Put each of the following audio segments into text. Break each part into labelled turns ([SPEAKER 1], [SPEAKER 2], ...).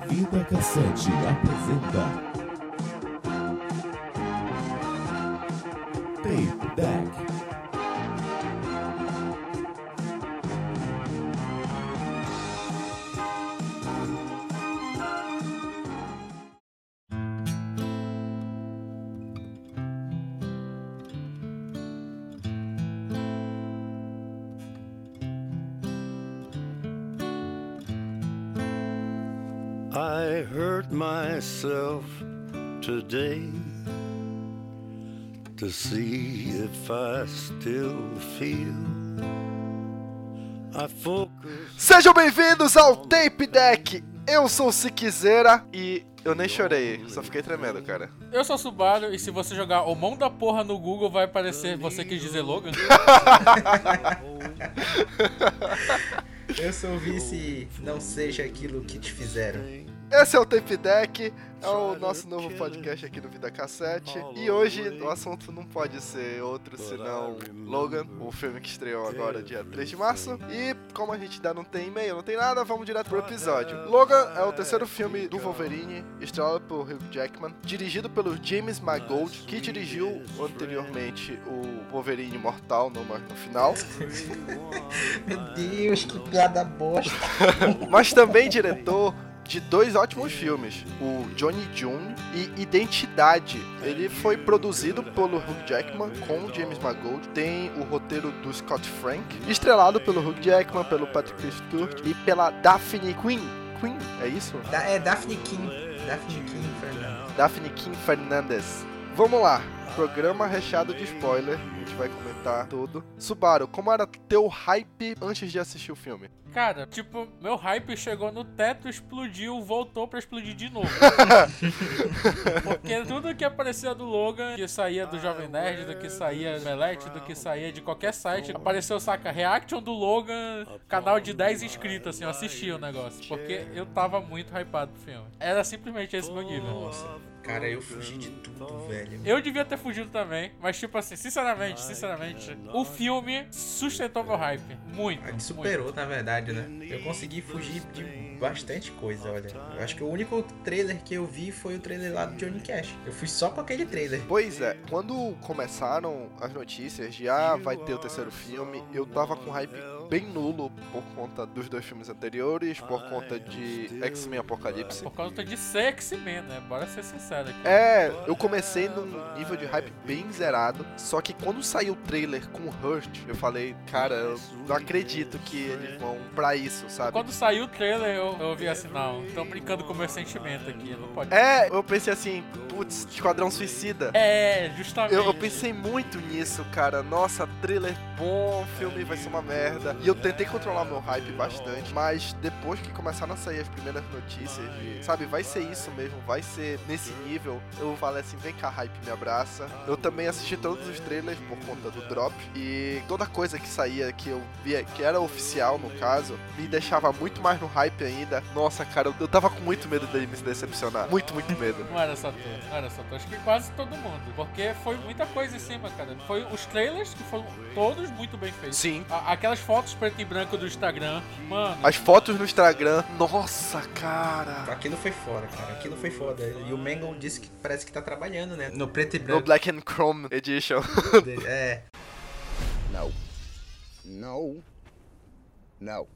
[SPEAKER 1] Avenida Cassete apresenta Tape Deck.
[SPEAKER 2] I hurt myself today to see if I still feel. I focus.
[SPEAKER 3] Sejam bem-vindos ao Tape Deck! Eu sou o Siquezeira e eu nem chorei, só fiquei tremendo, cara.
[SPEAKER 4] Eu sou o Subaru e se você jogar o mão da porra no Google vai aparecer você quis dizer Logan.
[SPEAKER 5] Eu sou o vice, não seja aquilo que te fizeram.
[SPEAKER 3] Esse é o Tape Deck, é o nosso novo podcast aqui do Vida Cassete. E hoje o assunto não pode ser outro senão Logan, o filme que estreou agora dia 3 de março. E como a gente ainda não tem e-mail, não tem nada, vamos direto pro episódio. Logan é o terceiro filme do Wolverine, estrelado por Hugh Jackman, dirigido pelo James Mangold, que dirigiu anteriormente o Wolverine Imortal no, no final.
[SPEAKER 5] Meu Deus, que piada bosta.
[SPEAKER 3] mas também diretor de dois ótimos filmes, o Johnny June e Identidade. Ele foi produzido pelo Hugh Jackman com o James Mangold, tem o roteiro do Scott Frank, estrelado pelo Hugh Jackman, pelo Patrick Stewart e pela Daphne Queen. Queen, é isso?
[SPEAKER 5] Da- é Daphne King. Daphne King, Fernando.
[SPEAKER 3] Daphne Kim Fernandes. Vamos lá, programa recheado de spoiler, a gente vai comentar tudo. Subaru, como era teu hype antes de assistir o filme?
[SPEAKER 4] Cara, tipo, meu hype chegou no teto, explodiu, voltou pra explodir de novo. Porque tudo que aparecia do Logan, que saía do Jovem Nerd, do que saía do Melete, do que saía de qualquer site, apareceu, saca, reaction do Logan, canal de 10 inscritos, assim, eu assisti o negócio. Porque eu tava muito hypado pro filme. Era simplesmente esse meu nível.
[SPEAKER 5] Cara, eu fugi de tudo, velho.
[SPEAKER 4] Eu devia ter fugido também, mas tipo assim, sinceramente, sinceramente, o filme sustentou meu hype. Muito.
[SPEAKER 5] Ah, Me
[SPEAKER 4] muito.
[SPEAKER 5] superou, na verdade, né? Eu consegui fugir de bastante coisa, olha. Eu acho que o único trailer que eu vi foi o trailer lá do Johnny Cash. Eu fui só com aquele trailer.
[SPEAKER 3] Pois é, quando começaram as notícias de ah, vai ter o terceiro filme, eu tava com hype bem nulo por conta dos dois filmes anteriores, por conta de X-Men Apocalipse.
[SPEAKER 4] Por causa de ser X-Men, né? Bora ser sincero aqui.
[SPEAKER 3] É, eu comecei num nível de hype bem zerado, só que quando saiu o trailer com o Hurt, eu falei, cara, eu não acredito que eles vão pra isso, sabe?
[SPEAKER 4] Quando saiu o trailer, eu, eu ouvi assim, não, estão brincando com o meu sentimento aqui, não pode.
[SPEAKER 3] É, eu pensei assim, putz, Esquadrão Suicida.
[SPEAKER 4] É, justamente.
[SPEAKER 3] Eu, eu pensei muito nisso, cara. Nossa, trailer bom, filme vai ser uma merda. E eu tentei controlar meu hype bastante, mas depois que começaram a sair as primeiras notícias de, sabe, vai ser isso mesmo, vai ser nesse nível, eu falei assim, vem cá, hype, me abraça. Eu também assisti todos os trailers por conta do drop e toda coisa que saía que eu via que era oficial no caso, me deixava muito mais no hype ainda. Nossa, cara, eu, eu tava com muito medo dele me decepcionar. Muito, muito medo.
[SPEAKER 4] Não era só tu, não era só tu. Acho que quase todo mundo. Porque foi muita coisa em cima, cara. Foi os trailers que foram todos muito bem feitos.
[SPEAKER 3] Sim,
[SPEAKER 4] A- Aquelas fotos preto e branco do Instagram, mano.
[SPEAKER 3] As fotos no Instagram, nossa, cara.
[SPEAKER 5] Aquilo foi foda, cara. Aquilo foi foda. E o Mangle disse que parece que tá trabalhando, né? No preto e
[SPEAKER 3] No
[SPEAKER 5] branco
[SPEAKER 3] Black and Chrome Edition.
[SPEAKER 5] dele. É.
[SPEAKER 6] No. No. No.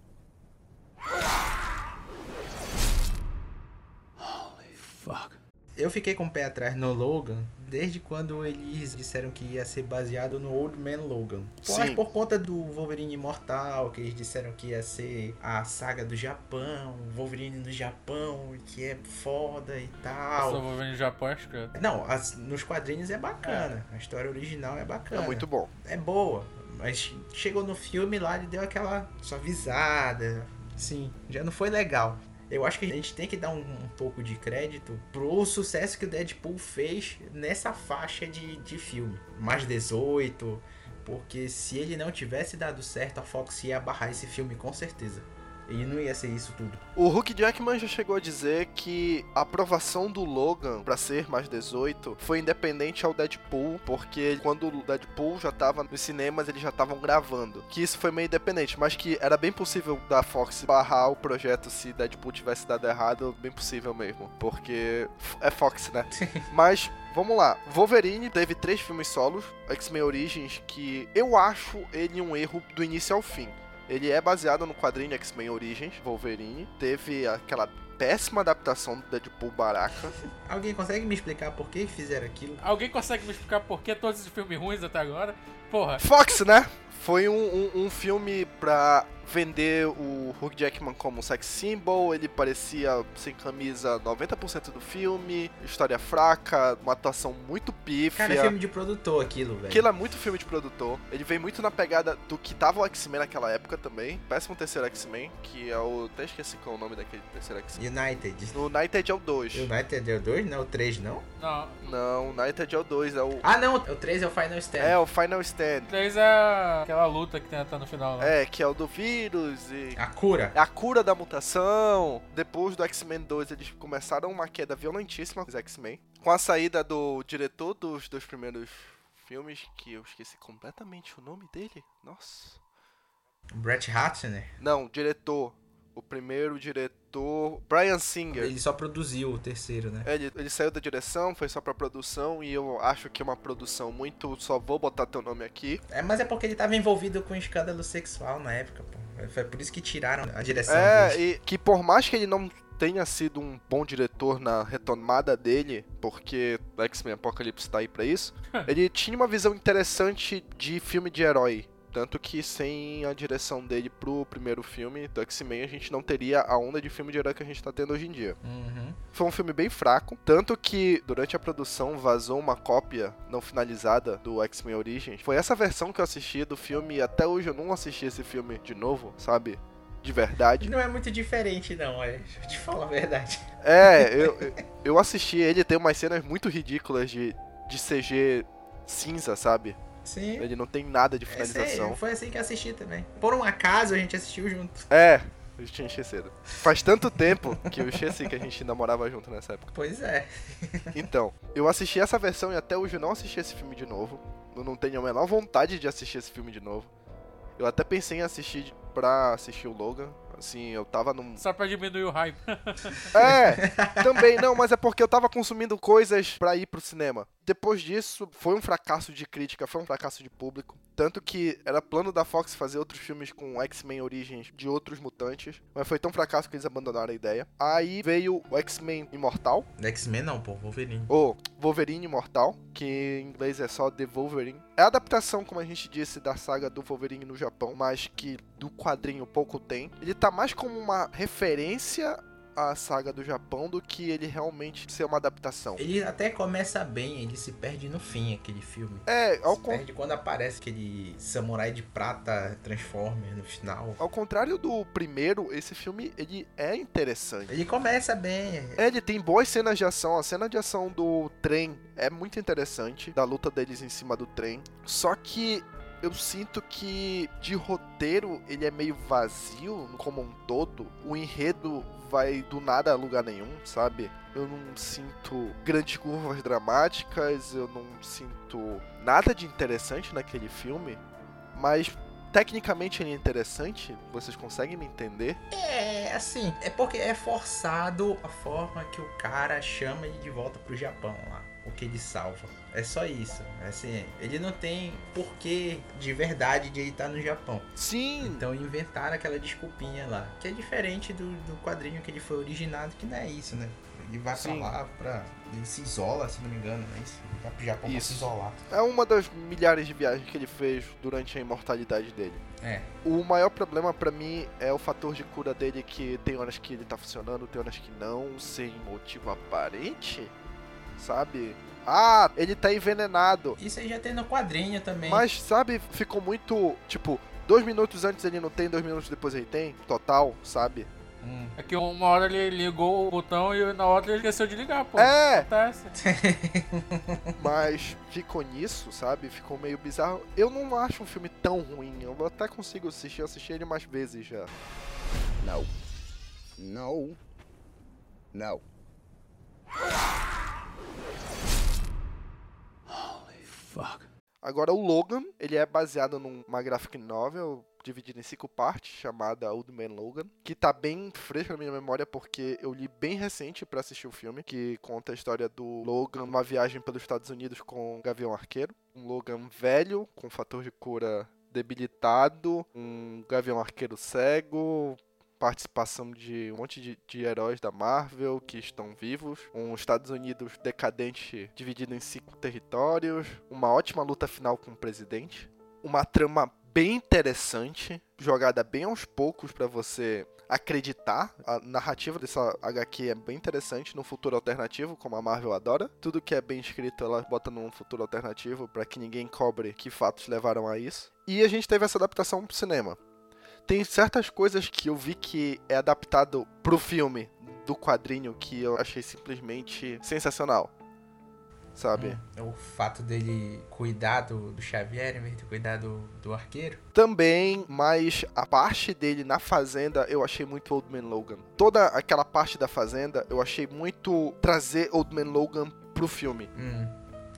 [SPEAKER 5] Eu fiquei com o pé atrás no Logan desde quando eles disseram que ia ser baseado no Old Man Logan. Mas
[SPEAKER 3] Sim.
[SPEAKER 5] por conta do Wolverine Imortal, que eles disseram que ia ser a saga do Japão, Wolverine no Japão, que é foda e
[SPEAKER 4] Eu só
[SPEAKER 5] tal.
[SPEAKER 4] vou ver no Japão, acho que. é
[SPEAKER 5] Não, as- nos quadrinhos é bacana. A história original é
[SPEAKER 3] É
[SPEAKER 5] bacana.
[SPEAKER 3] muito bom.
[SPEAKER 5] É boa. Mas chegou no filme lá, ele deu aquela suavizada. Sim, já não foi legal. Eu acho que a gente tem que dar um, um pouco de crédito pro sucesso que o Deadpool fez nessa faixa de, de filme. Mais 18. Porque se ele não tivesse dado certo, a Fox ia barrar esse filme com certeza. E não ia ser isso tudo.
[SPEAKER 3] O Hulk Jackman já chegou a dizer que a aprovação do Logan pra ser mais 18 foi independente ao Deadpool, porque quando o Deadpool já tava nos cinemas, eles já estavam gravando. Que isso foi meio independente, mas que era bem possível da Fox barrar o projeto se Deadpool tivesse dado errado, bem possível mesmo. Porque é Fox, né? mas Vamos lá. Wolverine teve três filmes solos, X-Men Origins, que eu acho ele um erro do início ao fim. Ele é baseado no quadrinho X-Men Origins, Wolverine. Teve aquela péssima adaptação do Deadpool Baraka.
[SPEAKER 5] Alguém consegue me explicar por que fizeram aquilo?
[SPEAKER 4] Alguém consegue me explicar por que todos esses filmes ruins até agora? Porra,
[SPEAKER 3] Fox, né? Foi um, um, um filme pra vender o Hugh Jackman como sex symbol, ele parecia sem camisa 90% do filme, história fraca, uma atuação muito pífia.
[SPEAKER 5] Cara, é filme de produtor aquilo, velho.
[SPEAKER 3] Aquilo é muito filme de produtor. Ele vem muito na pegada do que tava o X-Men naquela época também. Péssimo terceiro X-Men, que é o. Até esqueci qual é o nome daquele terceiro X-Men.
[SPEAKER 5] United.
[SPEAKER 3] No United é o 2.
[SPEAKER 5] United é o 2, não? O 3 não?
[SPEAKER 4] não.
[SPEAKER 3] Não, United é o 2, é o.
[SPEAKER 5] Ah, não! O 3 é o Final Stand.
[SPEAKER 3] É, o Final Stand.
[SPEAKER 4] 3 é aquela luta que tem até no final lá.
[SPEAKER 3] É, que é o do vírus e. é
[SPEAKER 5] A cura.
[SPEAKER 3] A cura da mutação. Depois do X-Men 2, eles começaram uma queda violentíssima os X-Men. Com a saída do diretor dos dois primeiros filmes, que eu esqueci completamente o nome dele. Nossa.
[SPEAKER 5] Brett Ratner.
[SPEAKER 3] Não, diretor. O primeiro diretor. Brian Singer.
[SPEAKER 5] Ele só produziu o terceiro, né?
[SPEAKER 3] Ele, ele saiu da direção, foi só pra produção, e eu acho que é uma produção muito. Só vou botar teu nome aqui.
[SPEAKER 5] É, mas é porque ele tava envolvido com escândalo sexual na época, pô. É, Foi por isso que tiraram a direção
[SPEAKER 3] É,
[SPEAKER 5] dele.
[SPEAKER 3] e que por mais que ele não tenha sido um bom diretor na retomada dele, porque X-Men Apocalipse tá aí pra isso, ele tinha uma visão interessante de filme de herói. Tanto que sem a direção dele pro primeiro filme do X-Men, a gente não teria a onda de filme de herói que a gente tá tendo hoje em dia.
[SPEAKER 5] Uhum.
[SPEAKER 3] Foi um filme bem fraco, tanto que durante a produção vazou uma cópia não finalizada do X-Men Origins. Foi essa versão que eu assisti do filme e até hoje eu não assisti esse filme de novo, sabe? De verdade.
[SPEAKER 5] Não é muito diferente, não, olha. Deixa eu te falar a verdade.
[SPEAKER 3] É, eu, eu- eu assisti ele, tem umas cenas muito ridículas de, de CG cinza, sabe?
[SPEAKER 5] Sim.
[SPEAKER 3] Ele não tem nada de
[SPEAKER 5] É sério,
[SPEAKER 3] finalização.
[SPEAKER 5] foi assim que eu assisti também. Por um acaso a gente assistiu junto.
[SPEAKER 3] É, eu tinha esquecido. Faz tanto tempo que eu esqueci que a gente ainda morava junto nessa época.
[SPEAKER 5] Pois é.
[SPEAKER 3] Então, eu assisti essa versão e até hoje eu não assisti esse filme de novo. Eu não tenho a menor vontade de assistir esse filme de novo. Eu até pensei em assistir pra assistir o Logan. Assim, eu tava num.
[SPEAKER 4] Só pra diminuir o hype.
[SPEAKER 3] É, também não, mas é porque eu tava consumindo coisas pra ir pro cinema. Depois disso, foi um fracasso de crítica, foi um fracasso de público. Tanto que era plano da Fox fazer outros filmes com X-Men Origins de outros mutantes, mas foi tão fracasso que eles abandonaram a ideia. Aí veio o X-Men Imortal,
[SPEAKER 5] X-Men não, pô, Wolverine.
[SPEAKER 3] ou Wolverine Imortal, que em inglês é só The Wolverine. É a adaptação, como a gente disse, da saga do Wolverine no Japão, mas que do quadrinho pouco tem. Ele tá mais como uma referência à saga do Japão do que ele realmente ser uma adaptação.
[SPEAKER 5] Ele até começa bem, ele se perde no fim, aquele filme.
[SPEAKER 3] É, ao,
[SPEAKER 5] se
[SPEAKER 3] con-
[SPEAKER 5] perde quando aparece aquele samurai de prata Transformer no final.
[SPEAKER 3] ao contrário do primeiro, esse filme ele é interessante.
[SPEAKER 5] Ele começa bem.
[SPEAKER 3] É, Ele tem boas cenas de ação. A cena de ação do trem é muito interessante, da luta deles em cima do trem. Só que eu sinto que de roteiro ele é meio vazio como um todo. O enredo vai do nada a lugar nenhum, sabe? Eu não sinto grandes curvas dramáticas, eu não sinto nada de interessante naquele filme, mas tecnicamente ele é interessante, vocês conseguem me entender?
[SPEAKER 5] É, assim, é porque é forçado a forma que o cara chama ele de volta pro Japão lá. O que ele salva. É só isso. Assim, ele não tem porquê de verdade de ele estar no Japão.
[SPEAKER 3] Sim,
[SPEAKER 5] Então inventaram aquela desculpinha lá. Que é diferente do, do quadrinho que ele foi originado, que não é isso, né? Ele vai
[SPEAKER 3] Sim.
[SPEAKER 5] pra lá, pra. Ele se isola, se não me engano, não é isso? Ele vai pro Japão pra
[SPEAKER 3] Isso.
[SPEAKER 5] se isolar.
[SPEAKER 3] É uma das milhares de viagens que ele fez durante a imortalidade dele.
[SPEAKER 5] É.
[SPEAKER 3] O maior problema pra mim é o fator de cura dele que tem horas que ele tá funcionando, tem horas que não, sem motivo aparente, sabe? Ah, ele tá envenenado.
[SPEAKER 5] Isso aí já tem no quadrinho também.
[SPEAKER 3] Mas, sabe, ficou muito, tipo, dois minutos antes ele não tem, dois minutos depois ele tem, total, sabe?
[SPEAKER 5] Hum.
[SPEAKER 4] É que uma hora ele ligou o botão e na outra ele esqueceu de ligar, pô.
[SPEAKER 3] É,
[SPEAKER 4] Acontece.
[SPEAKER 3] mas ficou nisso, sabe? Ficou meio bizarro. Eu não acho um filme tão ruim, eu até consigo assistir, eu assisti ele mais vezes já.
[SPEAKER 6] No. No. No.
[SPEAKER 3] Agora, o Logan, ele é baseado numa graphic novel dividida em cinco partes, chamada Old Man Logan, que tá bem fresca na minha memória porque eu li bem recente pra assistir o filme, que conta a história do Logan numa viagem pelos Estados Unidos com o Gavião Arqueiro. Um Logan velho, com fator de cura debilitado, um Gavião Arqueiro cego, participação de um monte de, de heróis da Marvel que estão vivos, um Estados Unidos decadente dividido em cinco territórios, uma ótima luta final com o presidente, uma trama bem interessante, jogada bem aos poucos pra você acreditar. A narrativa dessa HQ é bem interessante num futuro alternativo, como a Marvel adora. Tudo que é bem escrito, ela bota num futuro alternativo pra que ninguém cobre que fatos levaram a isso. E a gente teve essa adaptação pro cinema tem certas coisas que eu vi que é adaptado pro filme do quadrinho que eu achei simplesmente sensacional. Sabe?
[SPEAKER 5] O fato dele cuidar do, do Xavier em vez de cuidar do, do arqueiro.
[SPEAKER 3] Também, mas a parte dele na fazenda eu achei muito Old Man Logan. Toda aquela parte da fazenda eu achei muito trazer Old Man Logan pro filme.
[SPEAKER 5] Hum.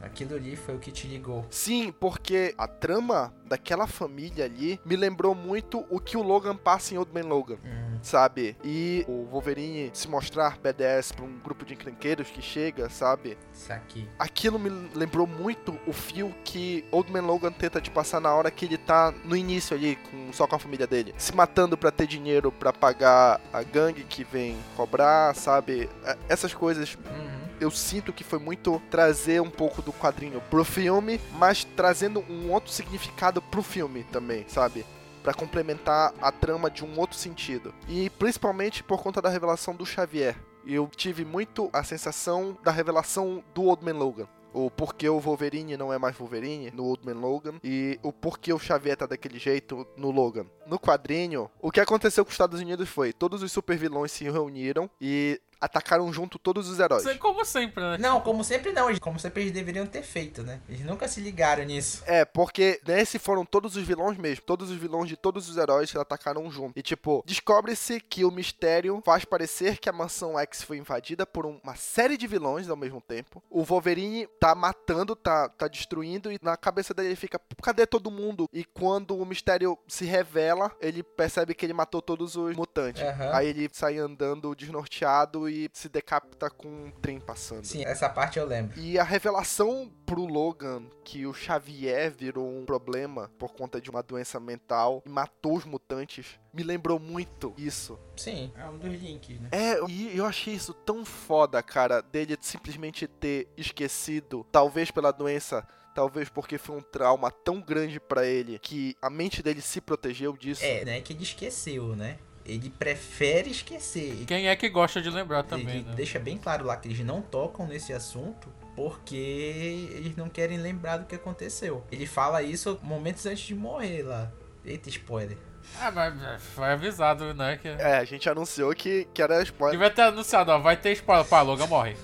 [SPEAKER 5] Aquilo ali foi o que te ligou.
[SPEAKER 3] Sim, porque a trama daquela família ali me lembrou muito o que o Logan passa em Old Man Logan.
[SPEAKER 5] Hum.
[SPEAKER 3] Sabe? E o Wolverine se mostrar BDS pra um grupo de encrenqueiros que chega, sabe?
[SPEAKER 5] Isso aqui.
[SPEAKER 3] Aquilo me lembrou muito o fio que Old Man Logan tenta te passar na hora que ele tá no início ali, com, só com a família dele. Se matando pra ter dinheiro pra pagar a gangue que vem cobrar, sabe? É, Essas coisas
[SPEAKER 5] Uhum.
[SPEAKER 3] eu sinto que foi muito trazer um pouco do quadrinho pro filme, mas trazendo um outro significado pro filme também, sabe? Pra complementar a trama de um outro sentido. E principalmente por conta da revelação do Xavier. Eu tive muito a sensação da revelação do Old Man Logan. O porquê o Wolverine não é mais Wolverine no Old Man Logan e o porquê o Xavier tá daquele jeito no Logan. No quadrinho, o que aconteceu com os Estados Unidos foi: todos os supervilões se reuniram e atacaram junto todos os heróis.
[SPEAKER 4] Sem- Como sempre, né?
[SPEAKER 5] Não, como sempre não. eles- Como sempre eles deveriam ter feito, né? Eles nunca se ligaram nisso.
[SPEAKER 3] É, porque nesse foram todos os vilões mesmo. Todos os vilões de todos os heróis que atacaram junto. E tipo, descobre-se que o mistério faz parecer que a mansão X foi invadida por uma série de vilões ao mesmo tempo. O Wolverine tá matando, tá, tá destruindo, e na cabeça dele ele fica, cadê todo mundo? E quando o mistério se revela, ele percebe que ele matou todos os mutantes.
[SPEAKER 5] Aham.
[SPEAKER 3] Aí ele sai andando desnorteado e se decapita com um trem passando.
[SPEAKER 5] Sim, essa parte eu lembro.
[SPEAKER 3] E a revelação pro Logan que o Xavier virou um problema por conta de uma doença mental e matou os mutantes me lembrou muito isso.
[SPEAKER 5] Sim. É um dos links, né?
[SPEAKER 3] É, e eu achei isso tão foda, cara, dele simplesmente ter esquecido, talvez pela doença, talvez porque foi um trauma tão grande pra ele que a mente dele se protegeu disso.
[SPEAKER 5] É, né? Que ele esqueceu, né? Ele prefere esquecer. E
[SPEAKER 4] Quem é que gosta de lembrar também,
[SPEAKER 5] ele
[SPEAKER 4] né?
[SPEAKER 5] deixa bem claro lá que eles não tocam nesse assunto porque eles não querem lembrar do que aconteceu. Ele fala isso momentos antes de morrer lá. Eita, spoiler.
[SPEAKER 4] Ah, mas mas foi avisado, né? Que...
[SPEAKER 3] É, a gente anunciou que, que era spoiler.
[SPEAKER 4] Devia ter anunciado, ó, vai ter spoiler. Pá, Logan morre.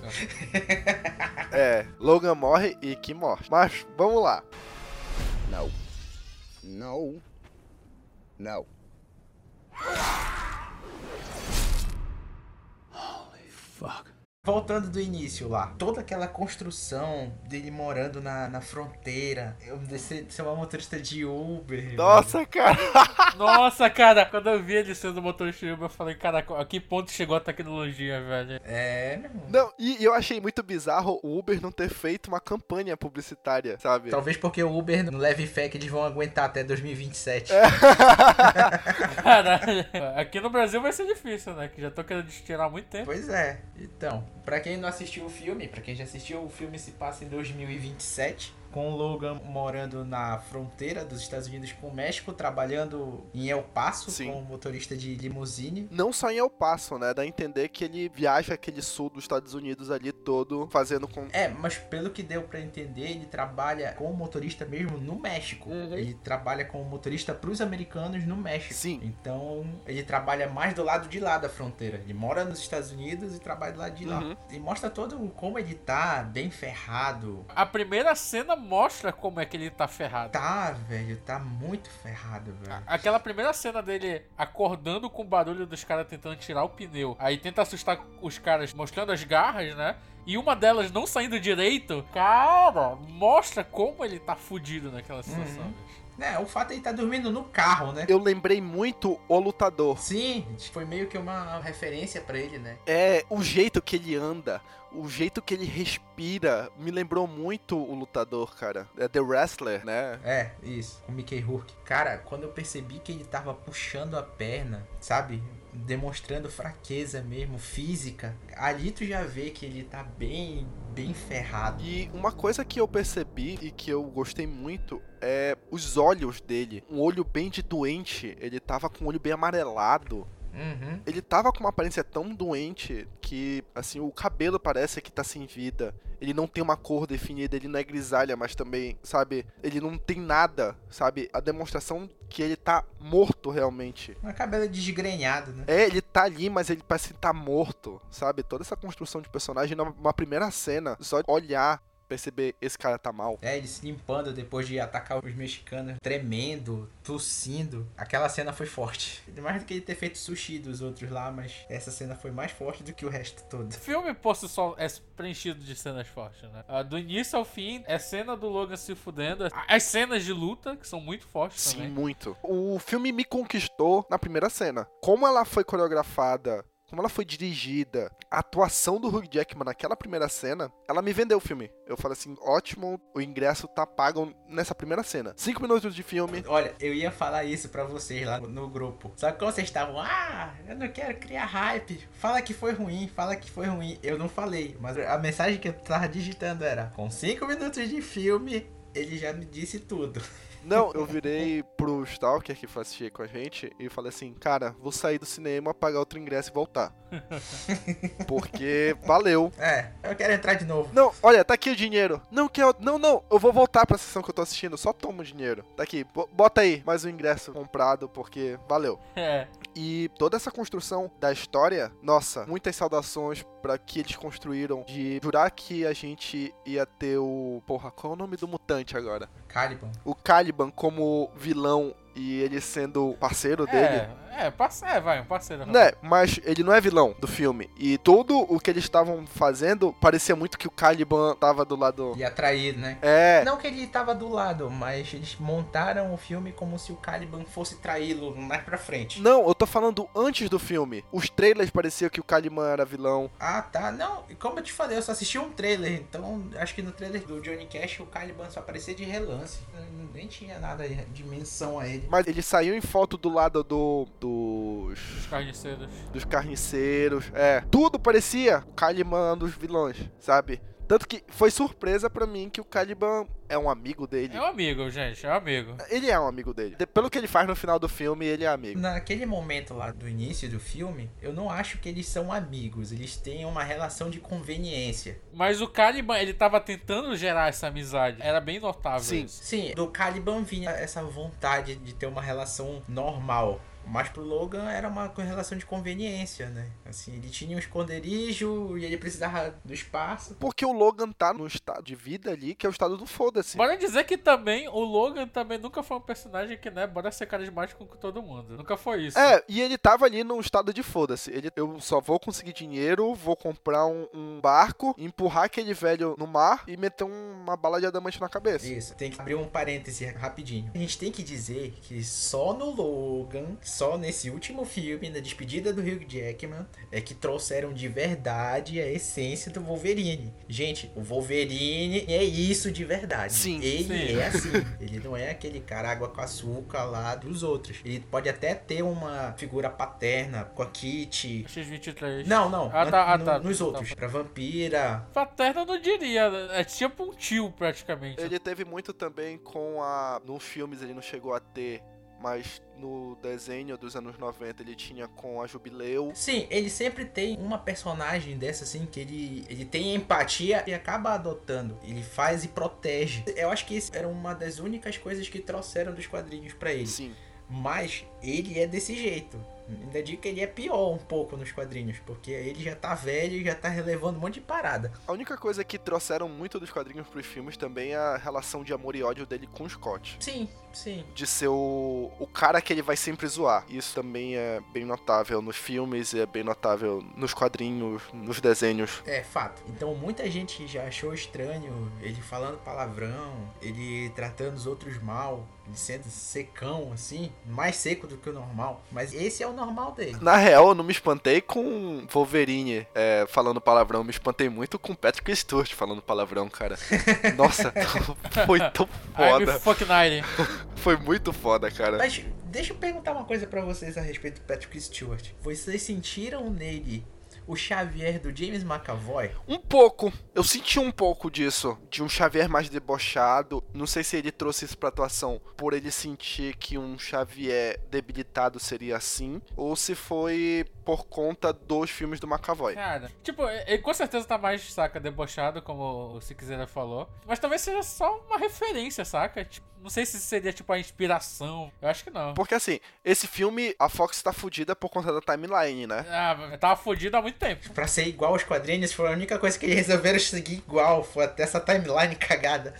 [SPEAKER 3] É, Logan morre e que morre. Mas vamos lá.
[SPEAKER 6] No. No. No.
[SPEAKER 5] Voltando do início lá, toda aquela construção dele morando na, na fronteira, eu de ser, de ser uma motorista de Uber.
[SPEAKER 3] Nossa, cara.
[SPEAKER 4] Nossa, cara, quando eu vi ele sendo motorista de Uber, eu falei, caraca, a que ponto chegou a tecnologia, velho?
[SPEAKER 5] velho. É, meu irmão.
[SPEAKER 3] Não, e eu achei muito bizarro o Uber não ter feito uma campanha publicitária, sabe?
[SPEAKER 5] Talvez porque o Uber não leve fé que eles vão aguentar até 2027.
[SPEAKER 4] Caralho. Aqui no Brasil vai ser difícil, né? Que já tô querendo tirar há muito tempo.
[SPEAKER 5] Pois é. Então, pra quem não assistiu o filme, pra quem já assistiu, o filme se passa em 2027, com o Logan morando na fronteira dos Estados Unidos com o México, trabalhando em El Paso
[SPEAKER 3] Sim.
[SPEAKER 5] como motorista de limusine.
[SPEAKER 3] Não só em El Paso, né? Dá a entender que ele viaja aquele sul dos Estados Unidos ali todo, fazendo com.
[SPEAKER 5] É, mas pelo que deu pra entender, ele trabalha como motorista mesmo no México. Ele trabalha como motorista pros americanos no México.
[SPEAKER 3] Uhum. Sim.
[SPEAKER 5] Então, ele trabalha mais do lado de lá da fronteira. Ele mora nos Estados Unidos e trabalha do lado de lá.
[SPEAKER 3] Uhum.
[SPEAKER 5] E mostra todo o- como ele tá bem ferrado.
[SPEAKER 4] A primeira cena mostra como é que ele tá ferrado.
[SPEAKER 5] Tá, velho, tá muito ferrado, velho.
[SPEAKER 4] Aquela primeira cena dele acordando com o barulho dos caras tentando tirar o pneu. Aí tenta assustar os caras mostrando as garras, né? E uma delas não saindo direito. Cara, mostra como ele tá fudido naquela situação.
[SPEAKER 5] Uhum.
[SPEAKER 4] bicho.
[SPEAKER 5] É, o fato é ele tá dormindo no carro, né?
[SPEAKER 3] Eu lembrei muito o lutador.
[SPEAKER 5] Sim, foi meio que uma referência pra ele, né?
[SPEAKER 3] É, o jeito que ele anda, o jeito que ele respira, me lembrou muito o lutador, cara. É The Wrestler, né?
[SPEAKER 5] É, isso, o Mickey Rourke. Cara, quando eu percebi que ele tava puxando a perna, sabe? Demonstrando fraqueza mesmo, física. Ali tu já vê que ele tá bem, bem ferrado.
[SPEAKER 3] E uma coisa que eu percebi e que eu gostei muito é os olhos dele. Um olho bem de doente, ele tava com o olho bem amarelado.
[SPEAKER 5] Uhum.
[SPEAKER 3] Ele tava com uma aparência tão doente que, assim, o cabelo parece que tá sem vida. Ele não tem uma cor definida, ele não é grisalha, mas também, sabe? Ele não tem nada, sabe? A demonstração que ele tá morto realmente.
[SPEAKER 5] Uma cabela desgrenhada, né?
[SPEAKER 3] É, ele tá ali, mas ele parece que tá morto, sabe? Toda essa construção de personagem numa numa primeira cena, só olhar, perceber esse cara tá mal.
[SPEAKER 5] É, ele se limpando depois de atacar os mexicanos, tremendo, tossindo. Aquela cena foi forte. Mais do que ele ter feito sushi dos outros lá, mas essa cena foi mais forte do que o resto todo.
[SPEAKER 4] O filme por si só é preenchido de cenas fortes, né? Ah, Do início ao fim, é cena do Logan se fudendo, as cenas de luta, que são muito fortes
[SPEAKER 3] Sim,
[SPEAKER 4] também.
[SPEAKER 3] muito. O filme me conquistou na primeira cena. Como ela foi coreografada, como ela foi dirigida, a atuação do Hugh Jackman naquela primeira cena, ela me vendeu o filme. Eu falei assim, ótimo, o ingresso tá pago nessa primeira cena. Cinco minutos de filme.
[SPEAKER 5] Olha, eu ia falar isso pra vocês lá no grupo. Só que quando vocês estavam, ah, eu não quero criar hype. Fala que foi ruim, fala que foi ruim. Eu não falei, mas a mensagem que eu tava digitando era: com 5 minutos de filme, ele já me disse tudo.
[SPEAKER 3] Não, eu virei pro Stalker que foi assistir com a gente e falei assim, cara, vou sair do cinema, pagar outro ingresso e voltar. Porque valeu.
[SPEAKER 5] É, eu quero entrar de novo.
[SPEAKER 3] Não, olha, tá aqui o dinheiro. Não quero. Não, não, eu vou voltar pra sessão que eu tô assistindo, só toma o dinheiro. Tá aqui, bo- bota aí mais um ingresso comprado, porque valeu.
[SPEAKER 4] É.
[SPEAKER 3] E toda essa construção da história, nossa, muitas saudações pra que eles construíram de jurar que a gente ia ter o. Porra, qual é o nome do mutante agora?
[SPEAKER 5] Caliban.
[SPEAKER 3] O Caliban como vilão e ele sendo parceiro dele.
[SPEAKER 4] É, é, parce- é, vai, um parceiro.
[SPEAKER 3] Né, mas ele não é vilão do filme. E tudo o que eles estavam fazendo parecia muito que o Caliban tava do lado.
[SPEAKER 5] E atraído, né?
[SPEAKER 3] É,
[SPEAKER 5] Não que ele tava do lado, mas eles montaram o filme como se o Caliban fosse traí-lo mais pra frente.
[SPEAKER 3] Não, eu tô falando antes do filme. Os trailers pareciam que o Caliman era vilão.
[SPEAKER 5] Ah, tá. Não, como eu te falei, eu só assisti um trailer, então acho que no trailer do Johnny Cash o Caliban só aparecia de relance. Nem tinha nada de menção a ele.
[SPEAKER 3] Mas ele saiu em foto do lado do. dos.
[SPEAKER 4] Os carniceiros.
[SPEAKER 3] dos carniceiros. É. Tudo parecia o Caliban um dos vilões, sabe? Tanto que foi surpresa pra mim que o Caliban é um amigo dele.
[SPEAKER 4] É um amigo, gente, é um amigo.
[SPEAKER 3] Ele é um amigo dele. De- Pelo que ele faz no final do filme, ele é amigo.
[SPEAKER 5] Naquele momento lá do início do filme, eu não acho que eles são amigos, eles têm uma relação de conveniência.
[SPEAKER 4] Mas o Caliban, ele tava tentando gerar essa amizade. Era bem notável
[SPEAKER 3] Sim.
[SPEAKER 4] isso.
[SPEAKER 5] Sim, do Caliban vinha essa vontade de ter uma relação normal. Mas pro Logan era uma co- relação de conveniência, né? Assim, ele tinha um esconderijo e ele precisava do espaço.
[SPEAKER 3] Porque o Logan tá num estado de vida ali que é o estado do foda-se.
[SPEAKER 4] Bora dizer que também o Logan também nunca foi um personagem que, né, bora ser carismático com todo mundo. Nunca foi isso.
[SPEAKER 3] É, e ele tava ali num estado de foda-se. Ele, eu só vou conseguir dinheiro, vou comprar um, um barco, empurrar aquele velho no mar e meter um- uma bala de adamante na cabeça.
[SPEAKER 5] Isso, tem que abrir um parêntese rapidinho. A gente tem que dizer que só no Logan, só nesse último filme, na despedida do Hugh Jackman, é que trouxeram de verdade a essência do Wolverine. Gente, o Wolverine é isso de verdade.
[SPEAKER 3] Sim,
[SPEAKER 5] Ele
[SPEAKER 4] sim.
[SPEAKER 5] é assim. Ele não é aquele cara água com açúcar lá dos outros. Ele pode até ter uma figura paterna com a Kitty.
[SPEAKER 4] X23.
[SPEAKER 5] Não, não.
[SPEAKER 4] Ah, tá, ah,
[SPEAKER 5] no-
[SPEAKER 4] tá.
[SPEAKER 5] Nos
[SPEAKER 4] Tá.
[SPEAKER 5] outros. Pra vampira.
[SPEAKER 4] Paterno eu não diria, é tipo um tio praticamente.
[SPEAKER 3] Ele teve muito também com a. Nos filmes ele não chegou a ter, mas no desenho dos anos 90 ele tinha com a Jubileu.
[SPEAKER 5] Sim, ele sempre tem uma personagem dessa assim que ele, ele tem empatia e acaba adotando. Ele faz e protege. Eu acho que isso era uma das únicas coisas que trouxeram dos quadrinhos pra ele.
[SPEAKER 3] Sim.
[SPEAKER 5] Mas ele é desse jeito. Ainda digo que ele é pior um pouco nos quadrinhos, porque ele já tá velho e já tá relevando um monte de parada.
[SPEAKER 3] A única coisa que trouxeram muito dos quadrinhos pros filmes também é a relação de amor e ódio dele com o Scott.
[SPEAKER 5] Sim, sim.
[SPEAKER 3] De ser o, o cara que ele vai sempre zoar. Isso também é bem notável nos filmes, é bem notável nos quadrinhos, nos desenhos.
[SPEAKER 5] É, fato. Então muita gente já achou estranho ele falando palavrão, ele tratando os outros mal, ele sendo secão assim, mais seco do que o normal. Mas esse é o normal dele.
[SPEAKER 3] Na real, eu não me espantei com Wolverine é, falando palavrão, me espantei muito com Patrick Stewart falando palavrão, cara. Nossa, foi tão
[SPEAKER 4] I'm
[SPEAKER 3] é foda.
[SPEAKER 4] fuck 90.
[SPEAKER 3] Foi muito foda, cara.
[SPEAKER 5] Mas deixa eu perguntar uma coisa pra vocês a respeito do Patrick Stewart. Vocês sentiram nele o Xavier do James McAvoy?
[SPEAKER 3] Um pouco. Eu senti um pouco disso. De um Xavier mais debochado. Não sei se ele trouxe isso pra atuação por ele sentir que um Xavier debilitado seria assim. Ou se foi por conta dos filmes do McAvoy.
[SPEAKER 4] Cara, tipo, ele com certeza tá mais, saca, debochado, como o Se Quiser falou. Mas talvez seja só uma referência, saca? Tipo, não sei se seria, tipo, a inspiração. Eu acho que não.
[SPEAKER 3] Porque assim, esse filme, a Fox tá fudida por conta da timeline, né?
[SPEAKER 4] Ah, eu tava fudido há muito tempo.
[SPEAKER 5] Pra ser igual aos quadrinhos, foi a única coisa que eles resolveram seguir igual. Foi até essa timeline cagada.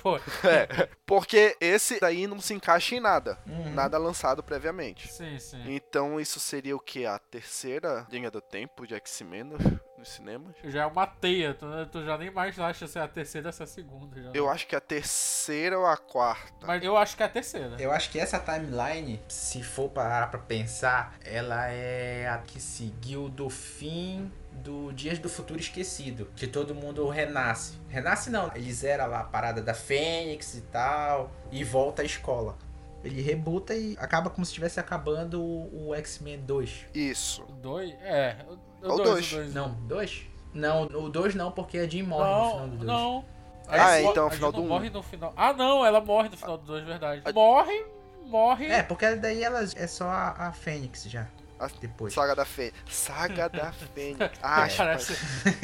[SPEAKER 4] Pô,
[SPEAKER 3] É. Porque esse daí não se encaixa em nada. Nada lançado previamente.
[SPEAKER 4] sim, sim.
[SPEAKER 3] Então isso seria o que? A terceira linha do tempo de X-Men no- nos cinemas?
[SPEAKER 4] Já é uma teia, tu, tu já nem mais acha se é a terceira ou se é a segunda. Já.
[SPEAKER 3] Eu acho que a terceira ou a quarta.
[SPEAKER 4] Mas eu acho que é a terceira.
[SPEAKER 5] Eu acho que essa timeline, se for parar pra pensar, ela é a que seguiu do fim do Dias do Futuro Esquecido, que todo mundo renasce. Renasce não, ele zera lá a parada da Fênix e tal, e volta à escola. Ele rebuta e acaba como se estivesse acabando o, o X-Men 2.
[SPEAKER 3] Isso.
[SPEAKER 4] O dois? É. O,
[SPEAKER 3] Ou
[SPEAKER 4] o dois,
[SPEAKER 3] dois.
[SPEAKER 4] o dois.
[SPEAKER 5] Não, 2? Não, o 2 não, porque a Jean morre no final
[SPEAKER 4] Não,
[SPEAKER 5] do 2.
[SPEAKER 4] não.
[SPEAKER 3] Ah,
[SPEAKER 4] Aí
[SPEAKER 3] é,
[SPEAKER 4] mo-
[SPEAKER 3] então,
[SPEAKER 4] a
[SPEAKER 3] o final
[SPEAKER 4] Jean
[SPEAKER 3] do um.
[SPEAKER 4] não
[SPEAKER 3] Ah.
[SPEAKER 4] morre no final. Ah, não, ela morre no final do 2, verdade.
[SPEAKER 3] A-
[SPEAKER 4] Morre, morre.
[SPEAKER 5] É, porque daí ela é só a, a Fênix já.
[SPEAKER 3] A-
[SPEAKER 5] Depois.
[SPEAKER 3] Saga da Fênix. Saga da Fênix. Ah,
[SPEAKER 4] É. parece,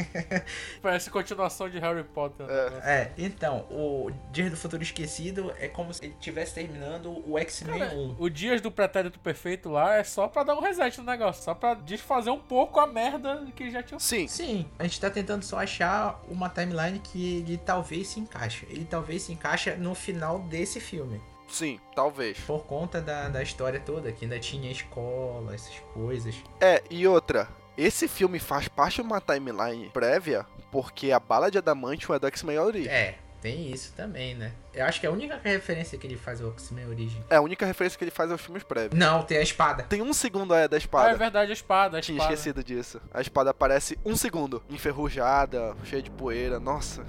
[SPEAKER 4] parece continuação de Harry Potter. né?
[SPEAKER 5] É, então, o Dia do Futuro Esquecido é como se ele estivesse terminando o X-Men
[SPEAKER 4] Cara,
[SPEAKER 5] 1.
[SPEAKER 4] o Dias do Pretérito Perfeito lá é só pra dar um reset no negócio, só pra desfazer um pouco a merda que já tinha.
[SPEAKER 3] Sim.
[SPEAKER 5] Sim, a gente tá tentando só achar uma timeline que ele talvez se encaixe. Ele talvez se encaixa no final desse filme.
[SPEAKER 3] Sim, talvez.
[SPEAKER 5] Por conta da, da história toda, que ainda tinha escola, essas coisas.
[SPEAKER 3] É, e outra. Esse filme faz parte de uma timeline prévia, porque a bala de Adamantium é do X-Men Origins.
[SPEAKER 5] É, tem isso também, né? Eu acho que é a única referência que ele faz ao X-Men Origem.
[SPEAKER 3] É a única referência que ele faz aos filmes prévios.
[SPEAKER 5] Não, tem a espada.
[SPEAKER 3] Tem um segundo aí da
[SPEAKER 4] Ah, é
[SPEAKER 3] espada.
[SPEAKER 4] verdade, a espada. A
[SPEAKER 3] Tinha
[SPEAKER 4] espada.
[SPEAKER 3] esquecido disso. A espada aparece um segundo, enferrujada, cheia de poeira, nossa.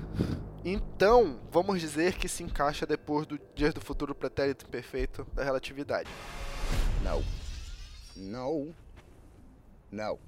[SPEAKER 3] Então, vamos dizer que se encaixa depois do Dias do Futuro Pretérito Perfeito da Relatividade.
[SPEAKER 6] No. No. No.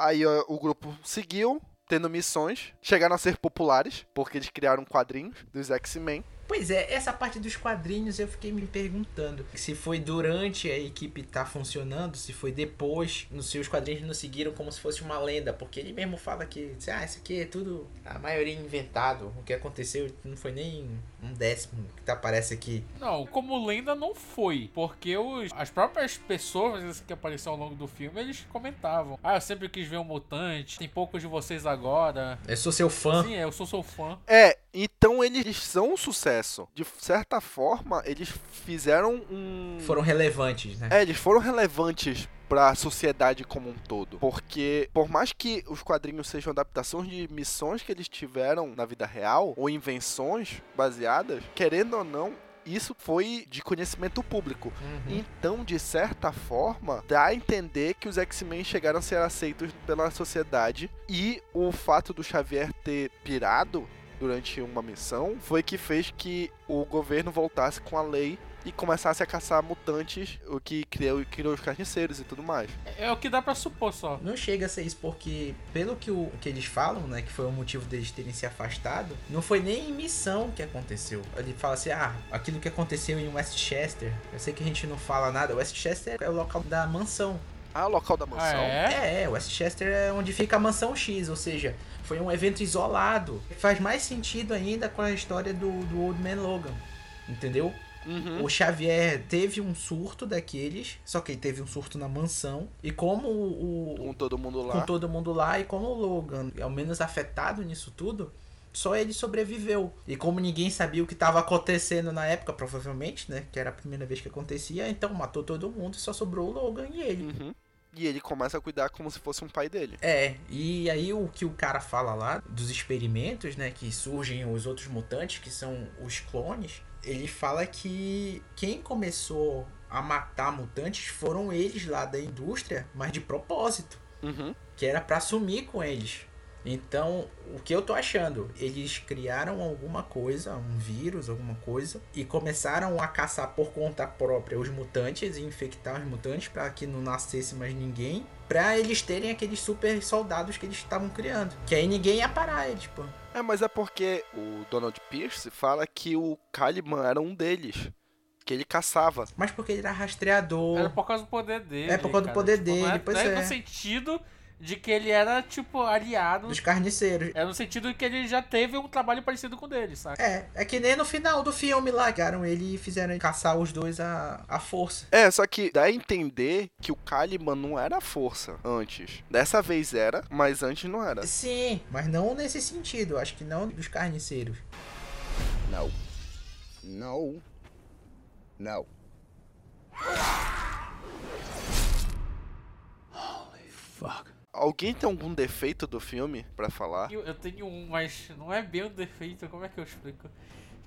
[SPEAKER 3] Aí ó, o grupo seguiu, tendo missões, chegaram a ser populares, porque eles criaram quadrinhos dos X-Men.
[SPEAKER 5] Pois é, essa parte dos quadrinhos eu fiquei me perguntando se foi durante a equipe tá funcionando, se foi depois, no- se os quadrinhos não seguiram como se fosse uma lenda, porque ele mesmo fala que, ah, isso aqui é tudo, a maioria é inventado, o que aconteceu não foi nem um décimo que tá, aparece aqui.
[SPEAKER 4] Não, como lenda não foi, porque os, as próprias pessoas assim, que apareceram ao longo do filme, eles comentavam. Ah, eu sempre quis ver um mutante, tem poucos de vocês agora.
[SPEAKER 5] Eu sou seu fã.
[SPEAKER 4] Sim, é, eu sou seu fã.
[SPEAKER 3] É, então eles são um sucesso. De certa forma, eles fizeram um.
[SPEAKER 5] Foram relevantes, né?
[SPEAKER 3] É, eles foram relevantes pra sociedade como um todo, porque por mais que os quadrinhos sejam adaptações de missões que eles tiveram na vida real ou invenções baseadas, querendo ou não, isso foi de conhecimento público.
[SPEAKER 5] Uhum.
[SPEAKER 3] Então, de certa forma, dá a entender que os X-Men chegaram a ser aceitos pela sociedade e o fato do Xavier ter pirado durante uma missão foi que fez que o governo voltasse com a lei e começasse a caçar mutantes, o que criou, criou os carniceiros e tudo mais.
[SPEAKER 4] É, é o que dá pra supor só.
[SPEAKER 5] Não chega a ser isso, porque pelo que, o, que eles falam, né, que foi o motivo deles terem se afastado, não foi nem em missão que aconteceu. Ele fala assim, ah, aquilo que aconteceu em Westchester, eu sei que a gente não fala nada, Westchester é o local da mansão.
[SPEAKER 3] Ah, o local da
[SPEAKER 4] Ah,
[SPEAKER 3] mansão.
[SPEAKER 4] é?
[SPEAKER 5] É, é, Westchester é onde fica a mansão X, ou seja, foi um evento isolado. Faz mais sentido ainda com a história do, do Old Man Logan. Entendeu?
[SPEAKER 3] Uhum.
[SPEAKER 5] O Xavier teve um surto daqueles, só que ele teve um surto na mansão. E como o, o-
[SPEAKER 3] Com todo mundo
[SPEAKER 5] com
[SPEAKER 3] lá.
[SPEAKER 5] todo mundo lá e como o Logan é o menos afetado nisso tudo, só ele sobreviveu. E como ninguém sabia o que estava acontecendo na época, provavelmente, né, que era a primeira vez que acontecia, então matou todo mundo e só sobrou o Logan e ele.
[SPEAKER 3] Uhum. E ele começa a cuidar como se fosse um pai dele.
[SPEAKER 5] É, e aí o que o cara fala lá dos experimentos, né, que surgem os outros mutantes, que são os clones, ele fala que quem começou a matar mutantes foram eles lá da indústria, mas de propósito,
[SPEAKER 3] Uhum.
[SPEAKER 5] que era pra sumir com eles. Então, o que eu tô achando? Eles criaram alguma coisa, um vírus, alguma coisa, e começaram a caçar por conta própria os mutantes e infectar os mutantes para que não nascesse mais ninguém, pra eles terem aqueles super soldados que eles estavam criando. Que aí ninguém ia parar eles, pô.
[SPEAKER 3] É, mas é porque o Donald Pierce fala que o Caliban era um deles. Que ele caçava.
[SPEAKER 5] Mas porque ele era rastreador.
[SPEAKER 4] Era por causa do poder dele.
[SPEAKER 5] É por causa do
[SPEAKER 4] cara.
[SPEAKER 5] poder
[SPEAKER 4] Tipo, não
[SPEAKER 5] dele, pois
[SPEAKER 4] não
[SPEAKER 5] é.
[SPEAKER 4] no sentido de que ele era, tipo, aliado.
[SPEAKER 5] Dos carniceiros.
[SPEAKER 4] É no sentido de que ele já teve um trabalho parecido com o dele, saca?
[SPEAKER 5] É, é que nem no final do filme lá, largaram ele e fizeram ele caçar os dois à, à força.
[SPEAKER 3] É, só que dá a entender que o Caliban não era a força antes. Dessa vez era, mas antes não era.
[SPEAKER 5] Sim, mas não nesse sentido, acho que não dos carniceiros.
[SPEAKER 6] No. No. No.
[SPEAKER 3] Alguém tem algum defeito do filme pra falar?
[SPEAKER 4] Eu, eu tenho um, mas não é bem um defeito, como é que eu explico?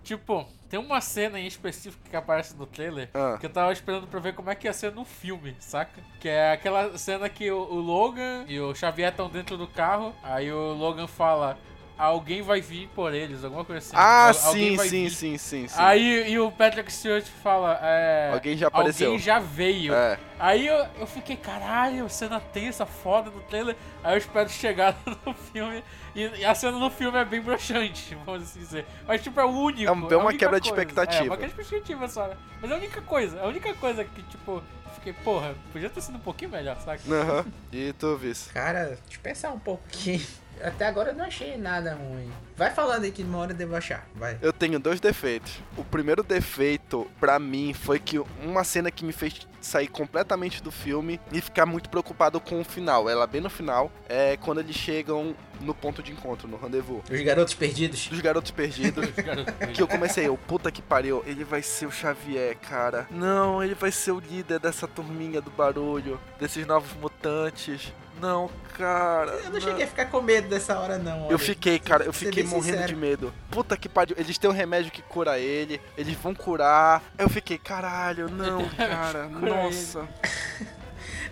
[SPEAKER 4] Tipo, tem uma cena em específico que aparece no trailer
[SPEAKER 3] Ah.
[SPEAKER 4] que eu tava esperando pra ver como é que ia ser no filme, saca? Que é aquela cena que o, o Logan e o Xavier estão dentro do carro, aí o Logan fala, alguém vai vir por eles, alguma coisa assim.
[SPEAKER 3] Ah,
[SPEAKER 4] Al-
[SPEAKER 3] sim,
[SPEAKER 4] vai
[SPEAKER 3] sim,
[SPEAKER 4] vir."
[SPEAKER 3] sim, sim, sim.
[SPEAKER 4] Aí e o Patrick Stewart fala, é...
[SPEAKER 3] Alguém já apareceu.
[SPEAKER 4] Alguém já veio.
[SPEAKER 3] É.
[SPEAKER 4] Aí eu, eu fiquei, caralho, cena tensa, foda do trailer. Aí eu espero chegar no filme. E, e a cena no filme é bem broxante, vamos assim dizer. Mas, tipo, é o único.
[SPEAKER 3] É um- é uma
[SPEAKER 4] a única
[SPEAKER 3] quebra de
[SPEAKER 4] coisa.
[SPEAKER 3] expectativa.
[SPEAKER 4] É, uma quebra de expectativa só. né? Mas é a única coisa, a única coisa que, tipo, eu fiquei, porra, podia ter sido um pouquinho melhor, saca?
[SPEAKER 3] Aham. E tu, Vice?
[SPEAKER 5] Cara, deixa eu pensar um pouco aqui. Até agora eu não achei nada ruim. Vai falando aí que uma hora eu devo achar, vai.
[SPEAKER 3] Eu tenho dois defeitos. O primeiro defeito, pra mim, foi que uma cena que me fez sair completamente do filme e ficar muito preocupado com o final. Ela bem no final, é quando eles chegam no ponto de encontro, no rendezvous.
[SPEAKER 5] Os garotos perdidos.
[SPEAKER 3] Dos garotos perdidos.
[SPEAKER 4] Garoto,
[SPEAKER 3] Que eu comecei, eu, puta que pariu, ele vai ser o Xavier, cara. Não, ele vai ser o líder dessa turminha do barulho, desses novos mutantes. Não, cara.
[SPEAKER 5] Eu não cheguei a ficar com medo dessa hora, não. olha.
[SPEAKER 3] Eu fiquei, cara, eu
[SPEAKER 5] Ser
[SPEAKER 3] fiquei
[SPEAKER 5] bem
[SPEAKER 3] morrendo
[SPEAKER 5] sincero.
[SPEAKER 3] de medo. Puta que pariu, eles têm um remédio que cura ele, eles vão curar. Eu fiquei, caralho, não, cara,
[SPEAKER 4] Cura
[SPEAKER 3] nossa.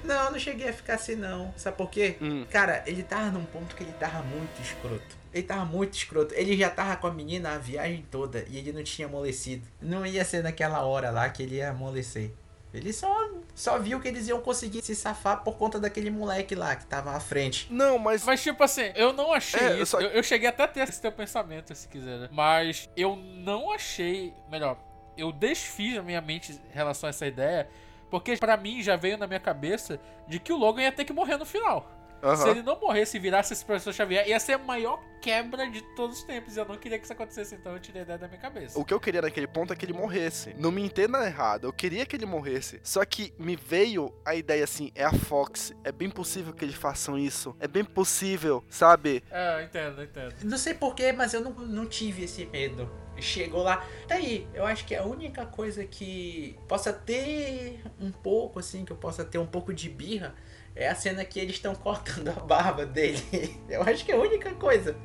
[SPEAKER 5] Não, eu não cheguei a ficar assim, não. Sabe por quê?
[SPEAKER 3] Hum.
[SPEAKER 5] Cara, ele tava num ponto que ele tava muito escroto. Ele tava muito escroto. Ele já tava com a menina a viagem toda e ele não tinha amolecido. Não ia ser naquela hora lá que ele ia amolecer. Ele só, só viu que eles iam conseguir se safar por conta daquele moleque lá que tava à frente.
[SPEAKER 3] Não, mas.
[SPEAKER 4] Mas, tipo assim, eu não achei
[SPEAKER 3] É, eu
[SPEAKER 4] isso.
[SPEAKER 3] só-
[SPEAKER 4] Eu, eu cheguei até a ter esse teu pensamento, se quiser. né? Mas eu não achei. Melhor, eu desfiz a minha mente em relação a essa ideia. Porque, pra mim, já veio na minha cabeça de que o Logan ia ter que morrer no final. Se
[SPEAKER 3] Aham.
[SPEAKER 4] ele não morresse e virasse esse professor Xavier, ia ser a maior quebra de todos os tempos. E eu não queria que isso acontecesse, então eu tirei a ideia da minha cabeça.
[SPEAKER 3] O que eu queria naquele ponto é que ele morresse. Não me entenda errado, eu queria que ele morresse. Só que me veio a ideia assim: é a Fox, é bem possível que eles façam isso. É bem possível, sabe?
[SPEAKER 4] É, eu entendo, eu entendo.
[SPEAKER 5] Não sei porquê, mas eu não, não tive esse medo. Chegou lá. Tá aí, eu acho que a única coisa que possa ter um pouco, assim, que eu possa ter um pouco de birra, é a cena que eles estão cortando a barba dele. Eu acho que é a única coisa.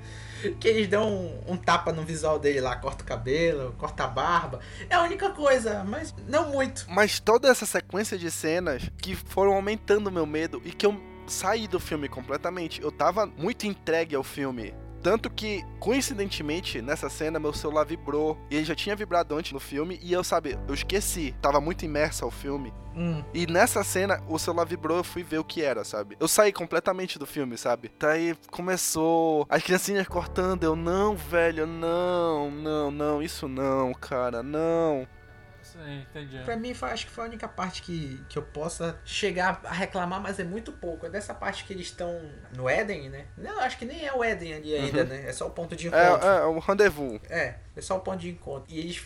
[SPEAKER 5] Que eles dão um, um tapa no visual dele lá, corta o cabelo, corta a barba. É a única coisa, mas não muito.
[SPEAKER 3] Mas toda essa sequência de cenas que foram aumentando o meu medo e que eu saí do filme completamente. Eu tava muito entregue ao filme. Tanto que, coincidentemente, nessa cena meu celular vibrou. E ele já tinha vibrado antes no filme. E eu, sabe, eu esqueci. Tava muito imerso ao filme.
[SPEAKER 5] Hum.
[SPEAKER 3] E nessa cena, o celular vibrou, eu fui ver o que era, sabe? Eu saí completamente do filme, sabe? Daí começou as criancinhas cortando, eu, não, velho, não, não, não, isso não, cara, não.
[SPEAKER 4] Sim, entendi. É,
[SPEAKER 5] Pra mim, foi- acho que foi a única parte que, que eu possa chegar a reclamar, mas é muito pouco. É dessa parte que eles estão no Éden, né? Não, acho que nem é o Éden ali ainda, né? É só o ponto de
[SPEAKER 3] É,
[SPEAKER 5] encontro.
[SPEAKER 3] é, é um rendezvous.
[SPEAKER 5] É, É só o ponto de encontro. E eles